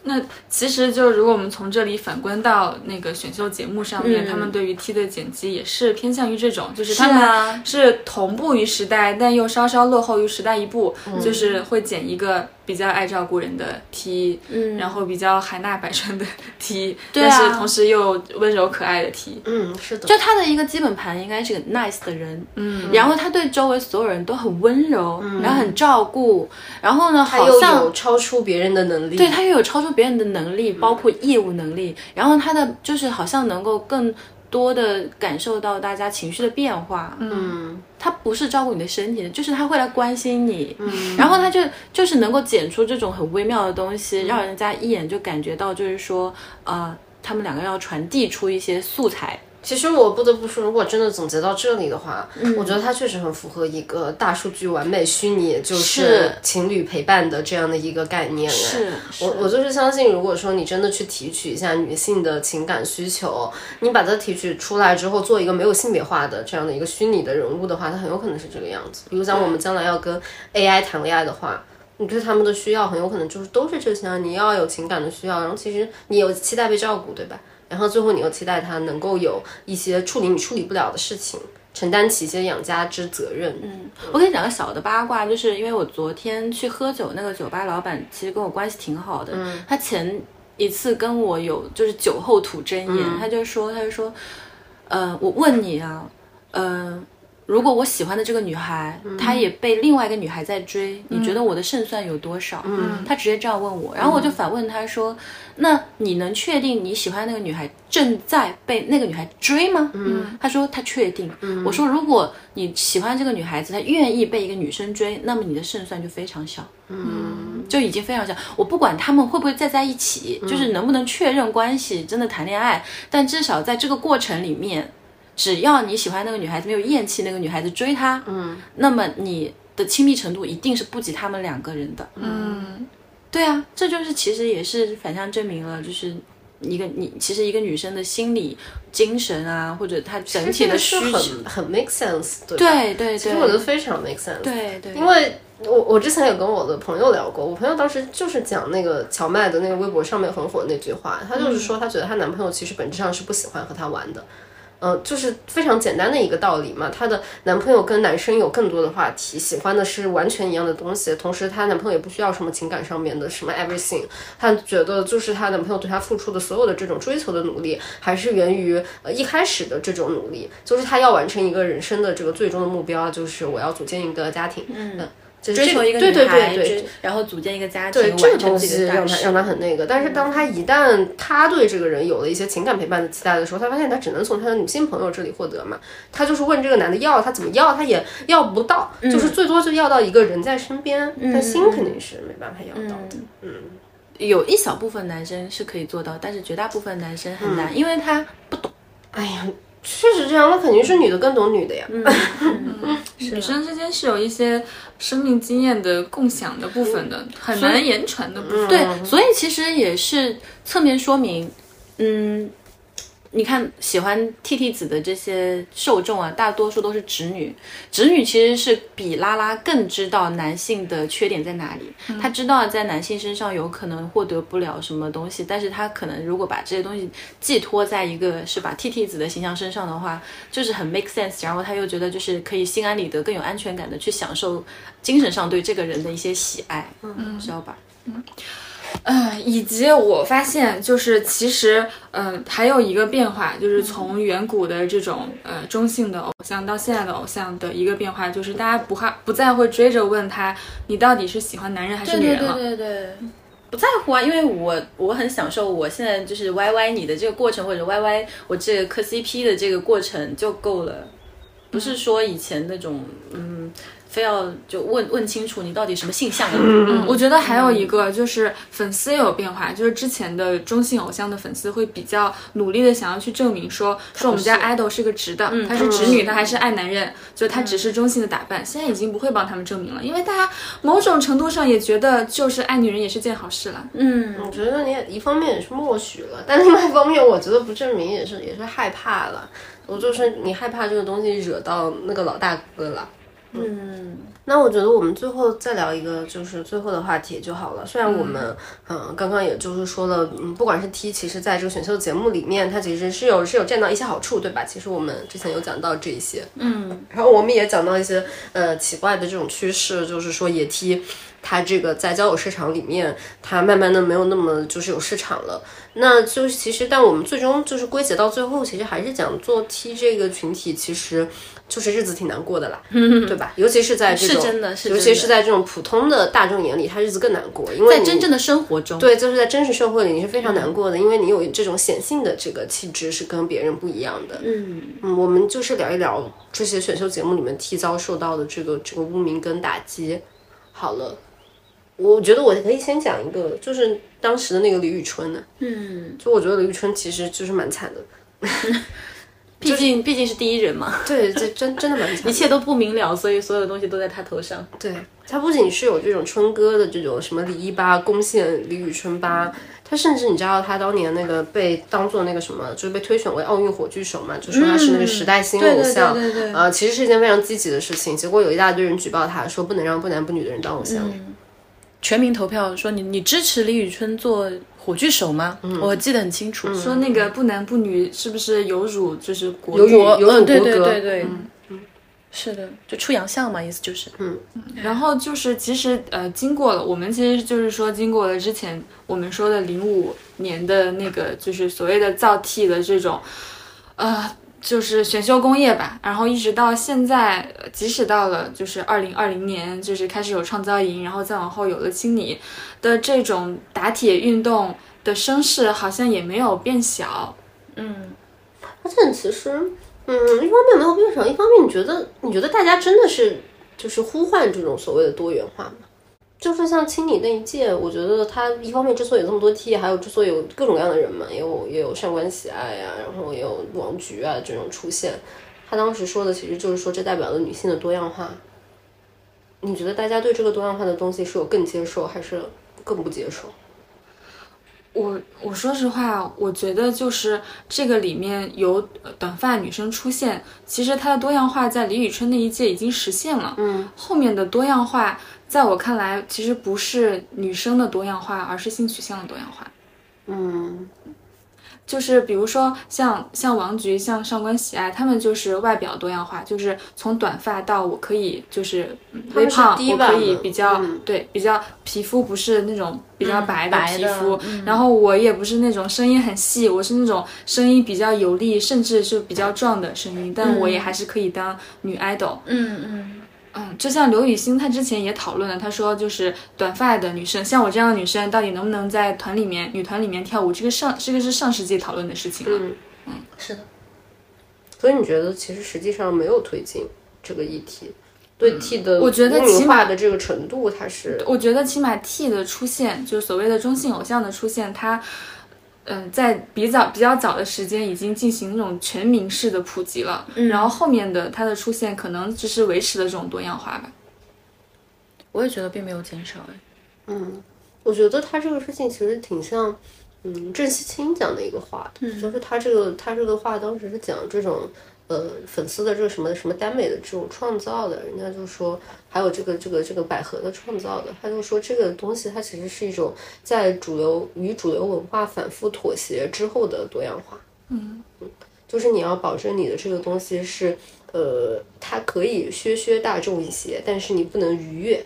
A: 那其实就如果我们从这里反观到那个选秀节目上面，
D: 嗯
A: 他们对于 T 的剪辑也是偏向于这种，就是
D: 是
A: 他
D: 啊嗯
A: 们是同步于时代，但又稍稍落后于时代一步，就是会剪一个比较爱照顾人的 T，嗯，然后比较海纳百川的 T，
D: 啊
A: 但是同时又温柔可爱的 T，
B: 嗯，是的，
D: 就他的一个基本盘应该是个 nice 的人，嗯，然后他对周围所有人都很温柔，然后很照顾，然后呢，
B: 嗯他
D: 好
B: 又
D: 像
B: 有超出别人的能力，
D: 对他又有超出别人的能力，包括业务能力，然后他的就是好像能够更多的感受到大家情绪的变化，
B: 嗯，
D: 他不是照顾你的身体，就是他会来关心你，然后他就就是能够剪出这种很微妙的东西，让人家一眼就感觉到，就是说，呃，他们两个要传递出一些素材，
B: 其实我不得不说，如果真的总结到这里的话，
D: 嗯
B: 我觉得它确实很符合一个大数据完美虚拟，就是
D: 是
B: 情侣陪伴的这样的一个概念。哎
D: 是
B: 我我就是相信，如果说你真的去提取一下女性的情感需求，你把它提取出来之后，做一个没有性别化的这样的一个虚拟的人物的话，它很有可能是这个样子。比如讲，我们将来要跟 AI 谈恋爱的话。你对他们的需要很有可能就是都是这些啊，你要有情感的需要，然后其实你有期待被照顾，对吧？然后最后你又期待他能够有一些处理你处理不了的事情，承担起一些养家之责任。嗯，
D: 我跟你讲个小的八卦，就是因为我昨天去喝酒，那个酒吧老板其实跟我关系挺好的，他前一次跟我有就是酒后吐真言，他就说他就说，呃，我问你啊，呃。如果我喜欢的这个女孩，她也被另外一个女孩在追，你觉得我的胜算有多少？嗯，他直接这样问我，然后我就反问他说：“那你能确定你喜欢的那个女孩正在被那个女孩追吗？”嗯，他说他确定。我说如果你喜欢这个女孩子，她愿意被一个女生追，那么你的胜算就非常小。就已经非常像。我不管他们会不会再在一起，就是能不能确认关系，真的谈恋爱，但至少在这个过程里面，只要你喜欢那个女孩子，没有厌弃那个女孩子追她，嗯，那么你的亲密程度一定是不及他们两个人的。
A: 嗯，
D: 对啊，这就是其实也是反向证明了，就是。一个你其实一个女生的心理、精神啊，或者她整体的需
B: 是
D: 求，
B: 很很 make sense，对吧？
D: 对对对，
B: 其实我觉得非常 make sense。
D: 对对，
B: 因为我我之前也跟我的朋友聊过，我朋友当时就是讲那个荞麦的那个微博上面很火的那句话，她就是说她觉得她男朋友其实本质上是不喜欢和她玩的。嗯，就是非常简单的一个道理嘛。她的男朋友跟男生有更多的话题，喜欢的是完全一样的东西，同时她男朋友也不需要什么情感上面的什么 everything。她觉得就是她男朋友对她付出的所有的这种追求的努力，还是源于呃一开始的这种努力，就是她要完成一个人生的这个最终的目标，就是我要组建一个家庭。嗯。就是
D: 追
B: 这
D: 求一个
B: 对
D: 女
B: 对
D: 孩，
B: 对对
D: 追，然后组建一个家
B: 对
D: 庭，
B: 这个
D: 完
B: 东
D: 成自己
B: 西
D: 的大
B: 让他
D: 事
B: 让他很那个，但是当他一旦他对这个人有了一些情感陪伴的期待的时候，他发现他只能从他的女性朋友这里获得嘛。他就是问这个男的要，他怎么要，他也要不到，
D: 嗯
B: 就是最多就要到一个人在身边，但心肯定是没办法要到的。嗯，
D: 有一小部分男生是可以做到，但是绝大部分男生很
B: 嗯
D: 难，因为他不懂。
B: 哎呀，确实这样，那肯定是女的更懂女的呀。
D: 啊
A: 女生之间是有一些生命经验的共享的部分
D: 嗯
A: 的，很难言传的部分。对
D: 对，所以其实也是侧面说明，嗯，你看喜欢 TT 子的这些受众啊，大多数都是直女，直女其实是比拉拉更知道男性的缺点在哪里，她知道在男性身上有可能获得不了什么东西，但是她可能如果把这些东西寄托在一个是把 TT 子的形象身上的话，就是很 make sense，然后她又觉得就是可以心安理得、更有安全感的去享受精神上对这个人的一些喜爱，嗯，知道吧？
A: 呃，以及我发现，就是其实，呃，还有一个变化，就是从远古的这种呃中性的偶像到现在的偶像的一个变化，就是大家不怕不再会追着问他，你到底是喜欢男人还是女人了。
D: 对对对，不在乎啊，因为我我很享受我现在就是 Y Y 你的这个过程，或者 Y Y 我这个磕 CP 的这个过程就够了，不是说以前那种嗯。非要就问问清楚你到底什么性向啊？嗯
A: 我觉得还有一个就是粉丝也有变化，就是之前的中性偶像的粉丝会比较努力的想要去证明说，说我们家 idol 是个直的，他是直女，他还是爱男人，就他只是中性的打扮。现在已经不会帮他们证明了，因为大家某种程度上也觉得就是爱女人也是件好事了。
D: 嗯
B: 我觉得你也一方面也是默许了，但另外一方面，我觉得不证明也是也是害怕了。我就是你害怕这个东西惹到那个老大哥了。
D: 嗯，
B: 那我觉得我们最后再聊一个，就是最后的话题就好了。虽然我们，嗯、刚刚也就是说了，嗯，不管是 T，其实在这个选秀节目里面，它其实是有是有占到一些好处，对吧？其实我们之前有讲到这一些，嗯，然后我们也讲到一些呃奇怪的这种趋势，就是说野 T。它这个在交友市场里面，它慢慢的没有那么就是有市场了。那就其实，但我们最终就是归结到最后，其实还是讲做 T 这个群体，其实就是日子挺难过的 啦，对吧？尤其是在这种，
D: 是真的是
B: 尤其
D: 真的
B: 是在这种普通的大众眼里，他日子更难过，因为
D: 在
B: 你
D: 真正的生活中，
B: 对，就是在真实社会里你是非常难过的，因为你有这种显性的这个气质是跟别人不一样的。嗯我们就是聊一聊这些选秀节目里面替遭受到的这个这个污名跟打击。好了，我觉得我可以先讲一个，就是当时的那个李宇春呢、嗯，就我觉得李宇春其实就是蛮惨的，
D: 毕竟毕竟是第一人嘛，
B: 对，这真真的蛮惨的
D: 一切都不明了，所以所有的东西都在他头上。
B: 对，它不仅是有这种春哥的这种什么李一吧、攻陷李宇春吧，他甚至你知道他当年那个被当做那个什么，就是被推选为奥运火炬手嘛，就说他是那个时代新偶像，
C: 嗯对对对对对
B: 呃，其实是一件非常积极的事情。结果有一大堆人举报他说不能让不男不女的人当偶像。
C: 嗯
D: 全民投票说你你支持李宇春做火炬手吗？我记得很清楚，
A: 说那个不男不女是不是有辱就是国
B: 有辱
A: 国
D: 我
B: 有辱
D: 嗯对嗯
B: 国
D: 对
B: 格
D: 对对，是的，就出洋相嘛，意思就是，
A: 然后就是，其实呃，经过了我们其实就是说，经过了之前我们说的零五年的那个，就是所谓的造 T 的这种，呃，就是选秀工业吧。然后一直到现在，呃即使到了就是二零二零年，就是开始有创造营，然后再往后有了青你的这种打铁运动的声势，好像也没有变小。
B: 而且其实，嗯，一方面没有变少，一方面你觉得你觉得大家真的是就是呼唤这种所谓的多元化吗？就是像清理那一届，我觉得他一方面之所以有这么多 T，还有之所以有各种各样的人嘛，也有也有上官喜爱呀、然后也有王菊啊这种出现。他当时说的其实就是说，这代表了女性的多样化。你觉得大家对这个多样化的东西是有更接受，还是更不接受？
A: 我我说实话，我觉得就是这个里面有呃短发女生出现，其实她的多样化在李宇春那一届已经实现了。嗯，后面的多样化，在我看来，其实不是女生的多样化，而是性取向的多样化。
B: 嗯，
A: 就是比如说像像王菊、像上官喜爱，她们就是外表多样化，就是从短发到我可以就是嗯
B: 她
A: 微
B: 们是
A: 胖，
B: 低
A: 我
B: 吧
A: 可以
B: 嘛
A: 比较、
B: 嗯
A: 对比较皮肤不是那种比较白的
D: 嗯白
A: 皮
D: 的嗯
A: 肤，然后我也不是那种声音很细，我是那种声音比较有力，甚至是比较壮的声音，但我也还是可以当女 idol。
D: 嗯嗯，
A: 嗯，就像刘雨昕，她之前也讨论了，她说就是短发的女生，像我这样的女生，到底能不能在团里面、女团里面跳舞？这个上这个是上世纪讨论的事情了。
D: 嗯
B: 所以你觉得其实实际上没有推进这个议题，对 T 的
A: 我觉得
B: 污
A: 起
B: 名化
A: 码
B: 的这个程度，它是
A: 我觉得起码 T 的出现，就是所谓的中性偶像的出现，它，嗯、在比较比较早的时间已经进行那种全民式的普及了，然后后面的它的出现可能只是维持了这种多样化吧。
D: 我也觉得并没有减少哎。
B: 我觉得他这个事情其实挺像，嗯，郑希清讲的一个话的，就是他这个他这个话当时是讲这种。呃，粉丝的这个什么什么耽美的这种创造的，人家就说，还有这个这个这个百合的创造的，他就说这个东西它其实是一种在主流与主流文化反复妥协之后的多样化。嗯就是你要保证你的这个东西是，呃，它可以削削大众一些，但是你不能逾越。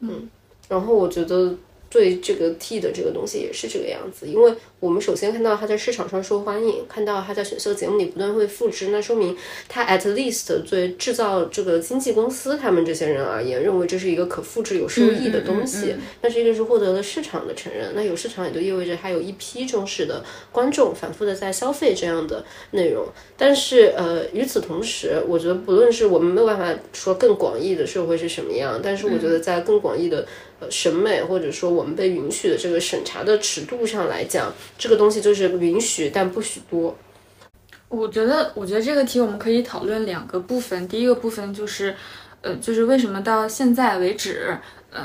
B: 嗯，然后我觉得对这个 T 的这个东西也是这个样子，因为我们首先看到它在市场上受欢迎，看到它在选秀节目里不断会复制，那说明它 at least 对制造这个经纪公司他们这些人而言，认为这是一个可复制、有收益的东西。但是一个是获得了市场的承认，那有市场也就意味着它有一批忠实的观众反复的在消费这样的内容。但是呃，与此同时，我觉得不论是我们没有办法说更广义的社会是什么样，但是我觉得在更广义的。呃审美或者说我们被允许的这个审查的尺度上来讲，这个东西就是允许但不许多。
A: 我觉得，我觉得这个题我们可以讨论两个部分。第一个部分就是，呃，就是为什么到现在为止，嗯、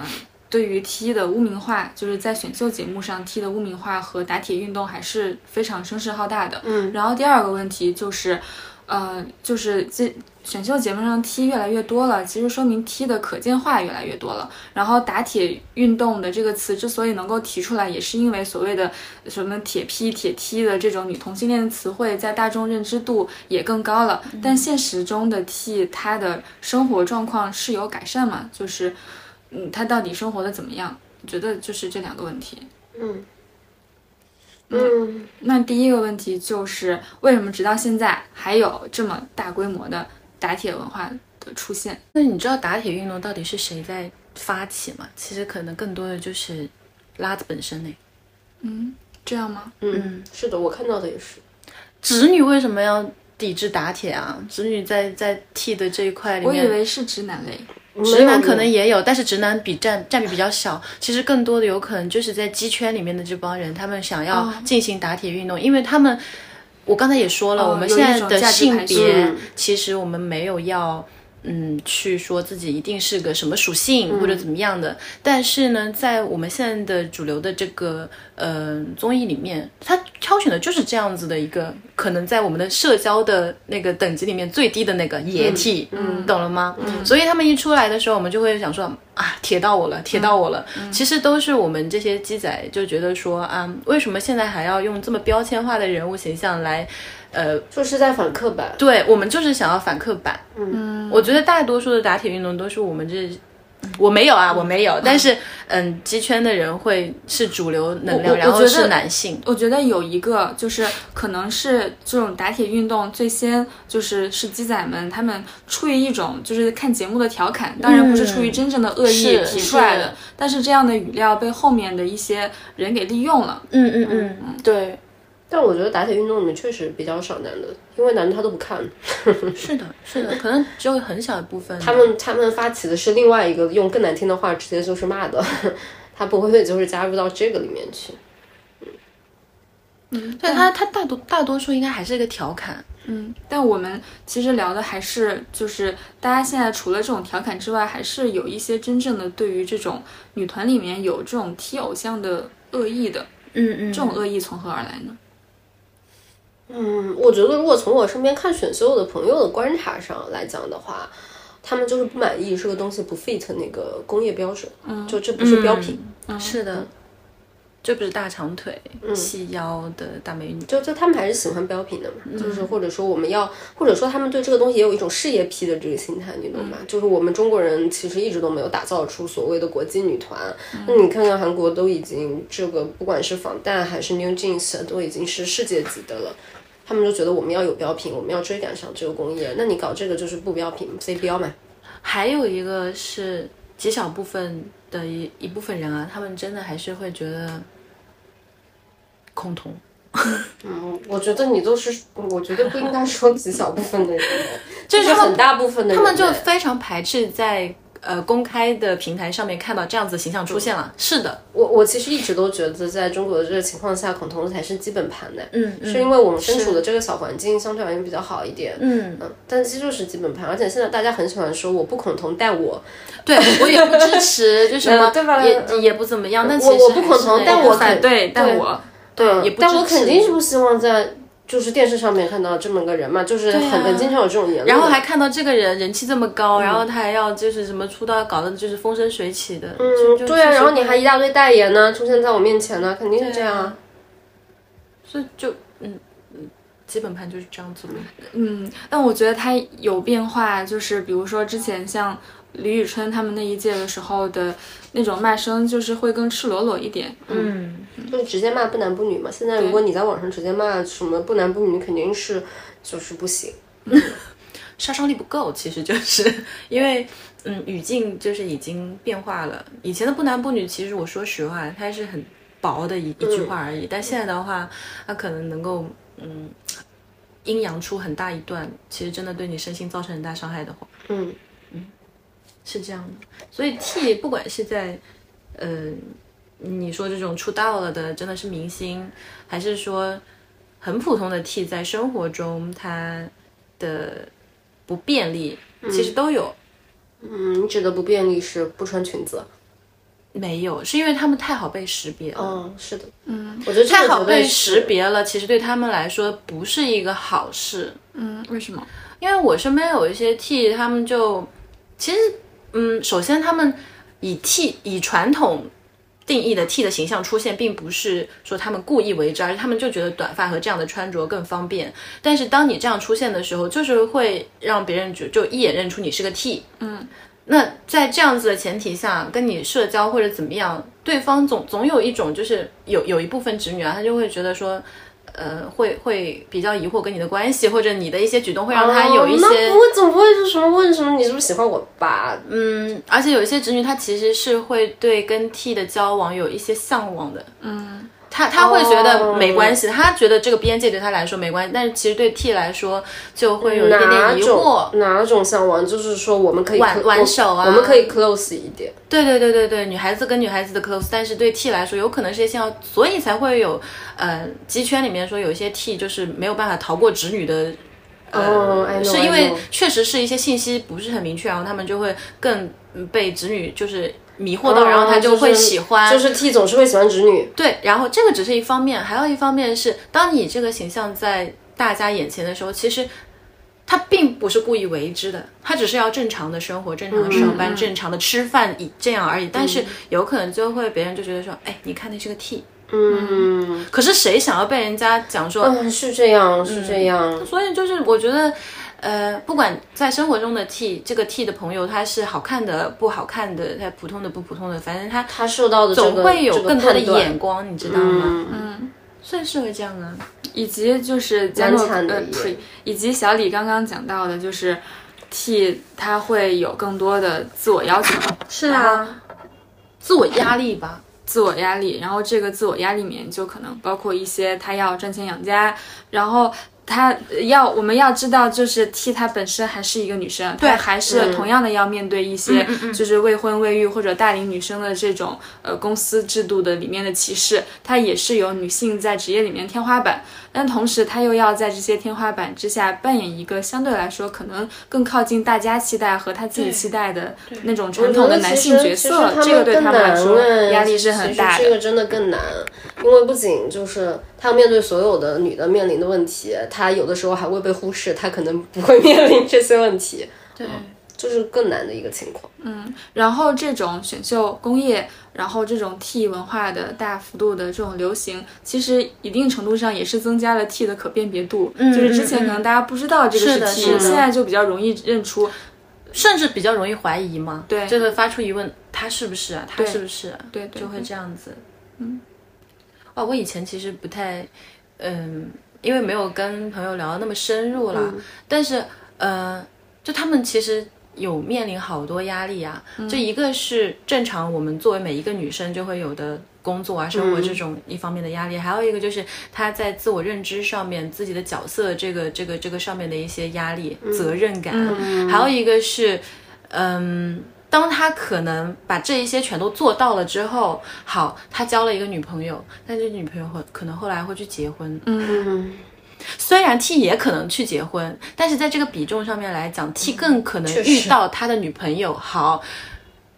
A: 对于 T 的污名化，就是在选秀节目上 T 的污名化和打铁运动还是非常声势浩大的。嗯。然后第二个问题就是，呃，就是这选秀节目上 T 越来越多了，其实说明 T 的可见化越来越多了。然后打铁运动的这个词之所以能够提出来，也是因为所谓的什么铁批、铁踢的这种女同性恋的词汇，在大众认知度也更高了。
B: 嗯
A: 但现实中的 T，她的生活状况是有改善嘛？就是嗯，他到底生活的怎么样？我觉得就是这两个问题。
B: 嗯，
A: 那第一个问题就是，为什么直到现在还有这么大规模的打铁文化的出现？
D: 那你知道打铁运动到底是谁在发起吗？其实可能更多的就是拉子本身哎呢。
A: 嗯，这样吗？
B: 嗯，是的，我看到的也是。
D: 直女为什么要抵制打铁啊？直女在在 T 的这一块里
A: 我以
D: 面，
A: 为是直男类。
D: 直男可能也有，但是直男比占占比比较小。其实更多的有可能就是在鸡圈里面的这帮人，他们想要
A: 哦
D: 进行打铁运动，因为他们。我刚才也说了，
A: 哦
D: 我们
A: 有
D: 现
A: 一
D: 在
A: 种
D: 的
A: 价值
D: 性
A: 排斥
D: 别
B: 嗯，
D: 其实我们没有要，嗯，去说自己一定是个什么属性或者怎么样的。但是呢，在我们现在的主流的这个呃综艺里面，他挑选的就是这样子的一个，可能在我们的社交的那个等级里面最低的那个野体，嗯，懂了吗？嗯，所以他们一出来的时候，我们就会想说啊，铁到我了，铁到我了。其实都是我们这些鸡仔就觉得说啊，为什么现在还要用这么标签化的人物形象来？
B: 就是在反刻板。
D: 对我们就是想要反刻板。嗯，我觉得大多数的打铁运动都是我们这，我没有啊，我没有。但是，嗯，鸡圈的人会是主流能
A: 我
D: 量，
A: 我
D: 然
A: 觉
D: 后
A: 得
D: 是男性。
A: 我觉得有一个就是，可能是这种打铁运动最先就是是鸡仔们他们出于一种就是看节目的调侃，当然不是出于真正的恶意
D: 是
A: 提出来的，
D: 是
A: 但是这样的语料被后面的一些人给利用了。
D: 嗯嗯嗯，对，
B: 但我觉得打铁运动里面确实比较少男的，因为男的他都不看，
D: 嗯是的，是的，可能只有很小一部分。
B: 他们他们发起的是另外一个用更难听的话直接就是骂的， 他不会就是加入到这个里面去。
D: 对他，他大多大多数应该还是一个调侃。
A: 嗯，但我们其实聊的还是就是大家现在除了这种调侃之外，还是有一些真正的对于这种女团里面有这种踢偶像的恶意的，
D: 嗯嗯，
A: 这种恶意从何而来呢？
B: 嗯，我觉得如果从我身边看选秀的朋友的观察上来讲的话，他们就是不满意这个东西不 fit 那个工业标准，嗯，就这不是标品，
D: 是的，这不是大长腿、细腰的大美女。
B: 就就他们还是喜欢标品的嘛，就是或者说我们要，或者说他们对这个东西也有一种事业批的这个心态，你懂
D: 嗯
B: 吗？就是我们中国人其实一直都没有打造出所谓的国际女团，
D: 嗯
B: 那你看看韩国都已经这个不管是防弹还是 New Jeans 啊都已经是世界级的了。他们就觉得我们要有标品，我们要追赶上这个工业。那你搞这个就是不标品，非标嘛。
D: 还有一个是极小部分的一一部分人啊，他们真的还是会觉得恐同。
B: 嗯，我觉得你都是，我觉得不应该说极小部分的人，就是很大部分的人，
D: 他们就非常排斥在呃公开的平台上面看到这样子的形象出现了。是的，
B: 我我其实一直都觉得，在中国的这个情况下，恐同才是基本盘的。
D: 嗯
B: 是因为我们身处的这个小环境相对而言比较好一点。
D: 嗯，
B: 嗯，但这就是基本盘，而且现在大家很喜欢说我不恐同，但我
D: 对我也不支 持，就什么
B: 嗯对吧
D: 也、
B: 嗯
D: 也不怎么样。但其
B: 我
D: 实
B: 我不恐同
D: 还是那样
B: 但我
A: 反对，但我
B: 对
D: 也
B: 嗯
D: 不
B: 但我
D: 支持
B: 肯定是不希望在就是电视上面看到这么个人嘛，就是很、很经常有这种言论。
D: 啊然后还看到这个人人气这么高，
B: 嗯
D: 然后他还要就是什么出道搞得就是风生水起的，就
B: 嗯，
D: 就
B: 对啊，
D: 就是
B: 然后你还一大堆代言呢，出现在我面前呢，肯定是这样啊。
D: 所以就嗯嗯，基本盘就是这样子的。
A: 嗯，但我觉得它有变化，就是比如说之前像李宇春他们那一届的时候的那种骂声，就是会更赤裸裸一点。
D: 嗯，
B: 就是直接骂不男不女嘛。现在如果你在网上直接骂什么不男不女，肯定是就是不行。
D: 杀伤力不够，其实就是 因为，嗯，语境就是已经变化了。以前的不男不女，其实我说实话，它是很薄的一一句话而已。但现在的话，它可能能够，嗯，阴阳出很大一段，其实真的对你身心造成很大伤害的话，
B: 嗯，
D: 是这样的。所以 T 不管是在，呃，你说这种出道了的，真的是明星，还是说很普通的 T，在生活中他的不便利，其实都有。
B: 嗯，你指的不便利是不穿裙子。
D: 没有，是因为他们太好被识别了。
B: 嗯，是的，嗯，我觉得这个
D: 太好
B: 绝对
D: 哦被
B: 是
D: 识别了，其实对他们来说不是一个好事。
A: 嗯，为什么？
D: 因为我身边有一些 T，他们就其实，嗯，首先他们以 T 以传统定义的 T 的形象出现，并不是说他们故意为之，而是他们就觉得短发和这样的穿着更方便。但是当你这样出现的时候，就是会让别人觉就一眼认出你是个 T。嗯，那在这样子的前提下，跟你社交或者怎么样，对方总总有一种就是有有一部分直女啊，她就会觉得说，呃，会会比较疑惑跟你的关系，或者你的一些举动会让她有一
B: 哦
D: 些，
B: 那不会总不会是什么问什么你是不是喜欢我吧？
D: 嗯，而且有一些直女她其实是会对跟 T 的交往有一些向往的，嗯。她她会觉得
B: 哦
D: 没关系，她觉得这个边界对她来说没关系，但是其实对 T 来说就会有一点
B: 哪
D: 点疑惑
B: 种。哪种向往？就是说我们可以
D: 挽
B: clo-
D: 挽手啊
B: 我们可以 close 一点。
D: 对对对对对，女孩子跟女孩子的 close，但是对 T 来说，有可能是一些信号，所以才会有，呃，鸡圈里面说有一些 T 就是没有办法逃过直女的，
B: 哦、I know，
D: 嗯是
B: I
D: 因为
B: know
D: 确实是一些信息不是很明确，然后他们就会更嗯被直女就是迷惑到，然后他就会喜欢，
B: 哦就是，就是 T 总是会喜欢直女。
D: 对，然后这个只是一方面，还有一方面是，当你这个形象在大家眼前的时候，其实他并不是故意为之的，他只是要正常的生活、正常
B: 嗯
D: 的上班、正常的吃饭以这样而已。但是有可能就会别人就觉得说，哎，你看那是个 T，
B: 嗯，
D: 可是谁想要被人家讲说？
B: 嗯，是这样，是这样。
D: 嗯所以就是我觉得。呃，不管在生活中的 T，这个 T 的朋友，他是好看的、不好看的，他普通的、不普通的，反正他
B: 他受到的、这个、
D: 总会有
B: 这个
D: 更多的
B: 判断
D: 眼光，你知道吗？
B: 嗯，
D: 所以是会这样啊。
A: 以及就是加诺
B: 惨的
A: 呃
B: 也
A: 不是，以及小李刚刚讲到的，就是 T 他会有更多的自我要求，
D: 是啊，自我压力吧。
A: 自我压力，然后这个自我压力里面就可能包括一些他要赚钱养家，然后他呃要我们要知道，就是 T 她本身还是一个女生，对，还
B: 嗯
A: 是同样的要面对一些就是未婚未育或者大龄女生的这种呃公司制度的里面的歧视，她也是有女性在职业里面天花板，但同时她又要在这些天花板之下扮演一个相对来说可能更靠近大家期待和她自己期待的那种传统的男性角色，
B: 我觉得其实其实
A: 这个对
B: 他
A: 他们来说
B: 们更难
A: 压力是很大的
B: 其实。这个真的更难，因为不仅就是他要面对所有的女的面临的问题，他有的时候还会被忽视，他可能不会面临这些问题，
D: 对，
B: 就是更难的一个情况。
A: 嗯然后这种选秀工业，然后这种 T 文化的大幅度的这种流行，其实一定程度上也是增加了 T 的可辨别度。就是之前可能大家不知道这个
D: 嗯是的
A: T，
D: 是的
A: 现在就比较容易认出。
D: 甚至比较容易怀疑嘛，
A: 对
D: 就会发出疑问，他是不是啊？他是不是啊？
A: 对对
D: 就会这样子。嗯，哦，我以前其实不太，嗯，因为没有跟朋友聊得那么深入啦，
A: 嗯
D: 但是呃，就他们其实。有面临好多压力啊，就一个是正常我们作为每一个女生就会有的工作啊、生活这种一方面的压力，还有一个就是她在自我认知上面、自己的角色这个、这个、这个上面的一些压力、责任感，啊还有一个是嗯，当他可能把这一些全都做到了之后，好，他交了一个女朋友，但这女朋友会可能后来会去结婚。嗯，
B: 嗯，
D: 虽然 T 也可能去结婚，但是在这个比重上面来讲，T 更可能遇到他的女朋友。好。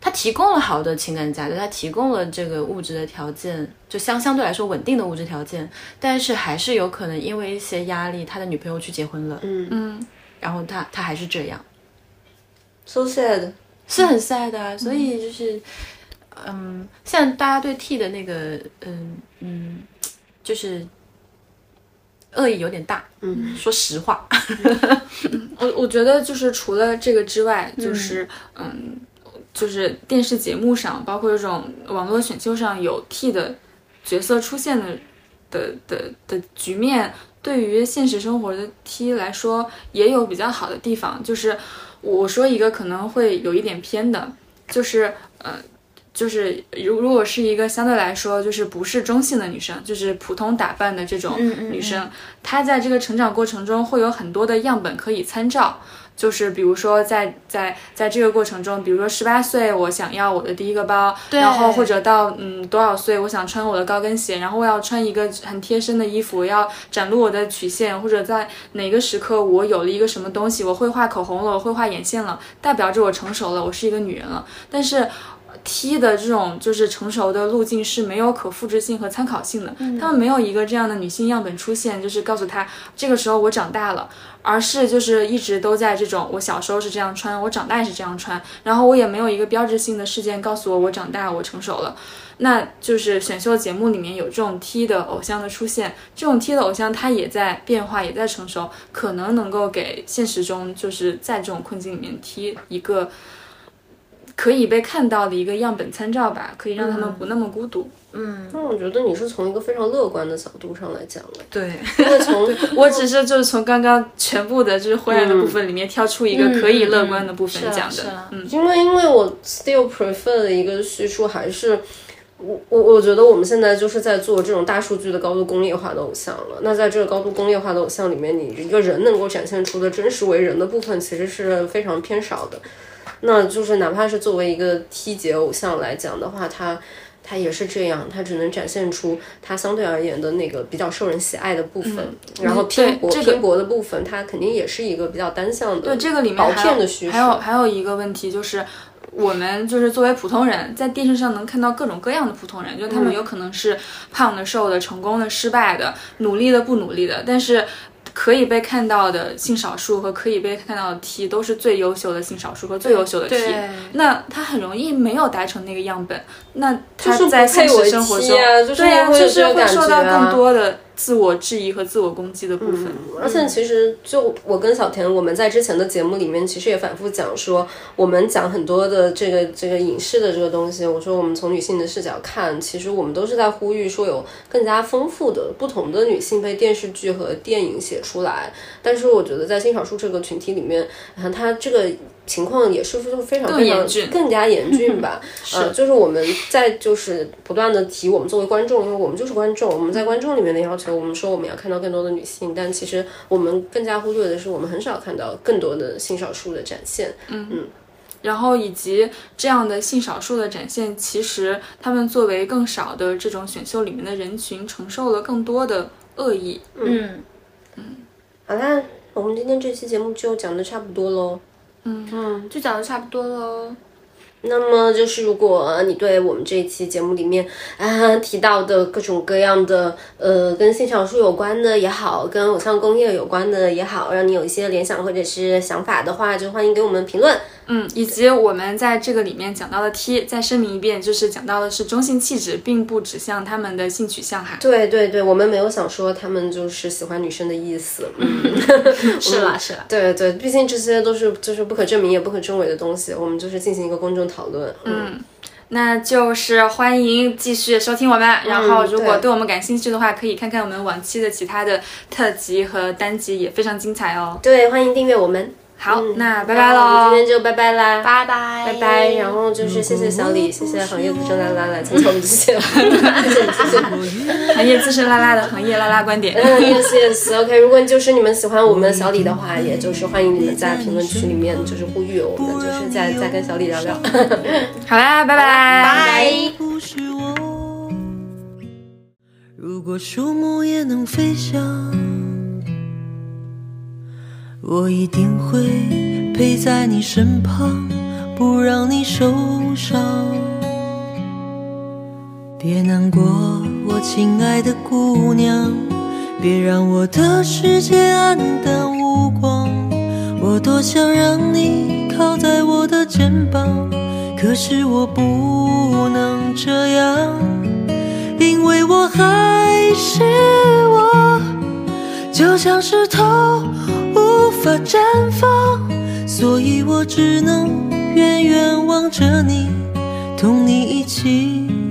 D: 他提供了好的情感价值，他提供了这个物质的条件，就相相对来说稳定的物质条件，但是还是有可能因为一些压力，他的女朋友去结婚了，
A: 嗯，
D: 然后他他还是这样，
B: so sad。
D: 是很 sad 的、啊，所以就是，嗯，像大家对 T 的那个，嗯嗯，就是恶意有点大，嗯，说实话，
A: 我我觉得就是除了这个之外，就是嗯。就是电视节目上，包括这种网络选秀上有 T 的角色出现的的的的局面，对于现实生活的 T 来说，也有比较好的地方。就是我说一个可能会有一点偏的，就是呃，就是如如果是一个相对来说就是不是中性的女生，就是普通打扮的这种女生，她在这个成长过程中会有很多的样本可以参照。就是比如说在在在这个过程中，比如说十八岁我想要我的第一个包，然后或者到嗯多少岁我想穿我的高跟鞋，然后我要穿一个很贴身的衣服，要展露我的曲线，或者在哪个时刻我有了一个什么东西，我会画口红了，我会画眼线了，代表着我成熟了，我是一个女人了。但是 T 的这种就是成熟的路径是没有可复制性和参考性的，他们没有一个这样的女性样本出现，就是告诉她这个时候我长大了，而是就是一直都在这种我小时候是这样穿，我长大也是这样穿，然后我也没有一个标志性的事件告诉我我长大我成熟了。那就是选秀节目里面有这种 T 的偶像的出现，这种 T 的偶像他也在变化，也在成熟，可能能够给现实中就是在这种困境里面 T 一个可以被看到的一个样本参照吧，可以让他们不那么孤独。
B: 那我觉得你是从一个非常乐观的角度上来讲的，
D: 对，
B: 因为从
A: 我只是就是从刚刚全部的就是灰暗的部分里面挑出一个可以乐观的部分讲
D: 是
A: 的
D: 啊，
A: 嗯，
B: 因为因为我 still prefer 的一个叙述还是。我我我觉得我们现在就是在做这种大数据的高度工业化的偶像了。那在这个高度工业化的偶像里面，你一个人能够展现出的真实为人的部分，其实是非常偏少的。那就是哪怕是作为一个 T 姐偶像来讲的话，他他也是这样，他只能展现出他相对而言的那个比较受人喜爱的部分，然后拼搏、
A: 嗯对这个
B: 拼搏的部分，他肯定也是一个比较单向的。
A: 对这个里面
B: 薄
A: 还
B: 片
A: 有
B: 的叙述
A: 还有还有一个问题就是，我们就是作为普通人，在电视上能看到各种各样的普通人，就他们有可能是胖的、瘦的、成功的、失败的、努力的、不努力的，但是。可以被看到的性少数和可以被看到的 T 都是最优秀的性少数和最优秀的 T，
D: 对
A: 那他很容易没有达成那个样本，那他
B: 就是
A: 在
B: 不
A: 现
B: 配
A: 实
B: 为
A: 生活
B: 妻
A: 中，
B: 啊就是
A: 对呀、
B: 会有
A: 就
B: 这
A: 是
B: 种
A: 会
B: 感
A: 受
B: 觉
A: 到
B: 啊嗯
A: 更多的自我质疑和自我攻击的部分。
B: 而且其实就我跟小田，我们在之前的节目里面其实也反复讲说，我们讲很多的这个这个影视的这个东西，我说我们从女性的视角看，其实我们都是在呼吁说有更加丰富的不同的女性被电视剧和电影写出来。但是我觉得在性少数这个群体里面，嗯，它这个。情况也是非非常
A: 更
B: 非常
A: 严峻
B: 更加严 峻吧，呃，就是我们在就是不断的提我们作为观众，因为我们就是观众，我们在观众里面的要求，我们说我们要看到更多的女性，但其实我们更加忽略的是，我们很少看到更多的性少数的展现。
A: 然后以及这样的性少数的展现，其实他们作为更少的这种选秀里面的人群，承受了更多的恶意。
D: 嗯，
B: 好啦，嗯我们今天这期节目就讲的差不多喽。
D: 就讲的差不多
B: 哦
D: 喽。
B: 那么就是，如果呃你对我们这一期节目里面啊提到的各种各样的呃跟性少数有关的也好，跟偶像工业有关的也好，让你有一些联想或者是想法的话，就欢迎给我们评论。
A: 嗯，以及我们在这个里面讲到的 T，再声明一遍，就是讲到的是中性气质，并不指向他们的性取向哈。
B: 对对对，我们没有想说他们就是喜欢女生的意思。嗯，
D: 是啦是啦，
B: 对对，毕竟这些都是就是不可证明也不可证伪的东西，我们就是进行一个公众讨论。嗯，
A: 那就是欢迎继续收听我们，然后如果
B: 嗯对
A: 对我们感兴趣的话，可以看看我们往期的其他的特辑和单集，也非常精彩哦。
B: 对，欢迎订阅我们。
A: 好，那拜拜
B: 嗯那我
A: 喽
B: 们。今天就拜拜啦，
D: 拜拜
B: 拜拜。然后就是谢谢小李，谢谢行业资深拉拉来参加我们这 期节目，谢谢谢谢。
A: 行业资深拉拉的行业拉拉观点。
B: 嗯，yes yes OK。如果就是你们喜欢我们小李的话，也就是欢迎你们在评论区里面就是呼吁我们，就是再再跟小李聊聊。
A: 好啦，拜拜，拜
B: 拜
E: 不是我。如果树木也能飞翔，我一定会陪在你身旁，不让你受伤。别难过，我亲爱的姑娘，别让我的世界黯淡无光。我多想让你靠在我的肩膀，可是我不能这样，因为我还是我，就像石头无法绽放，所以我只能远远望着你，同你一起。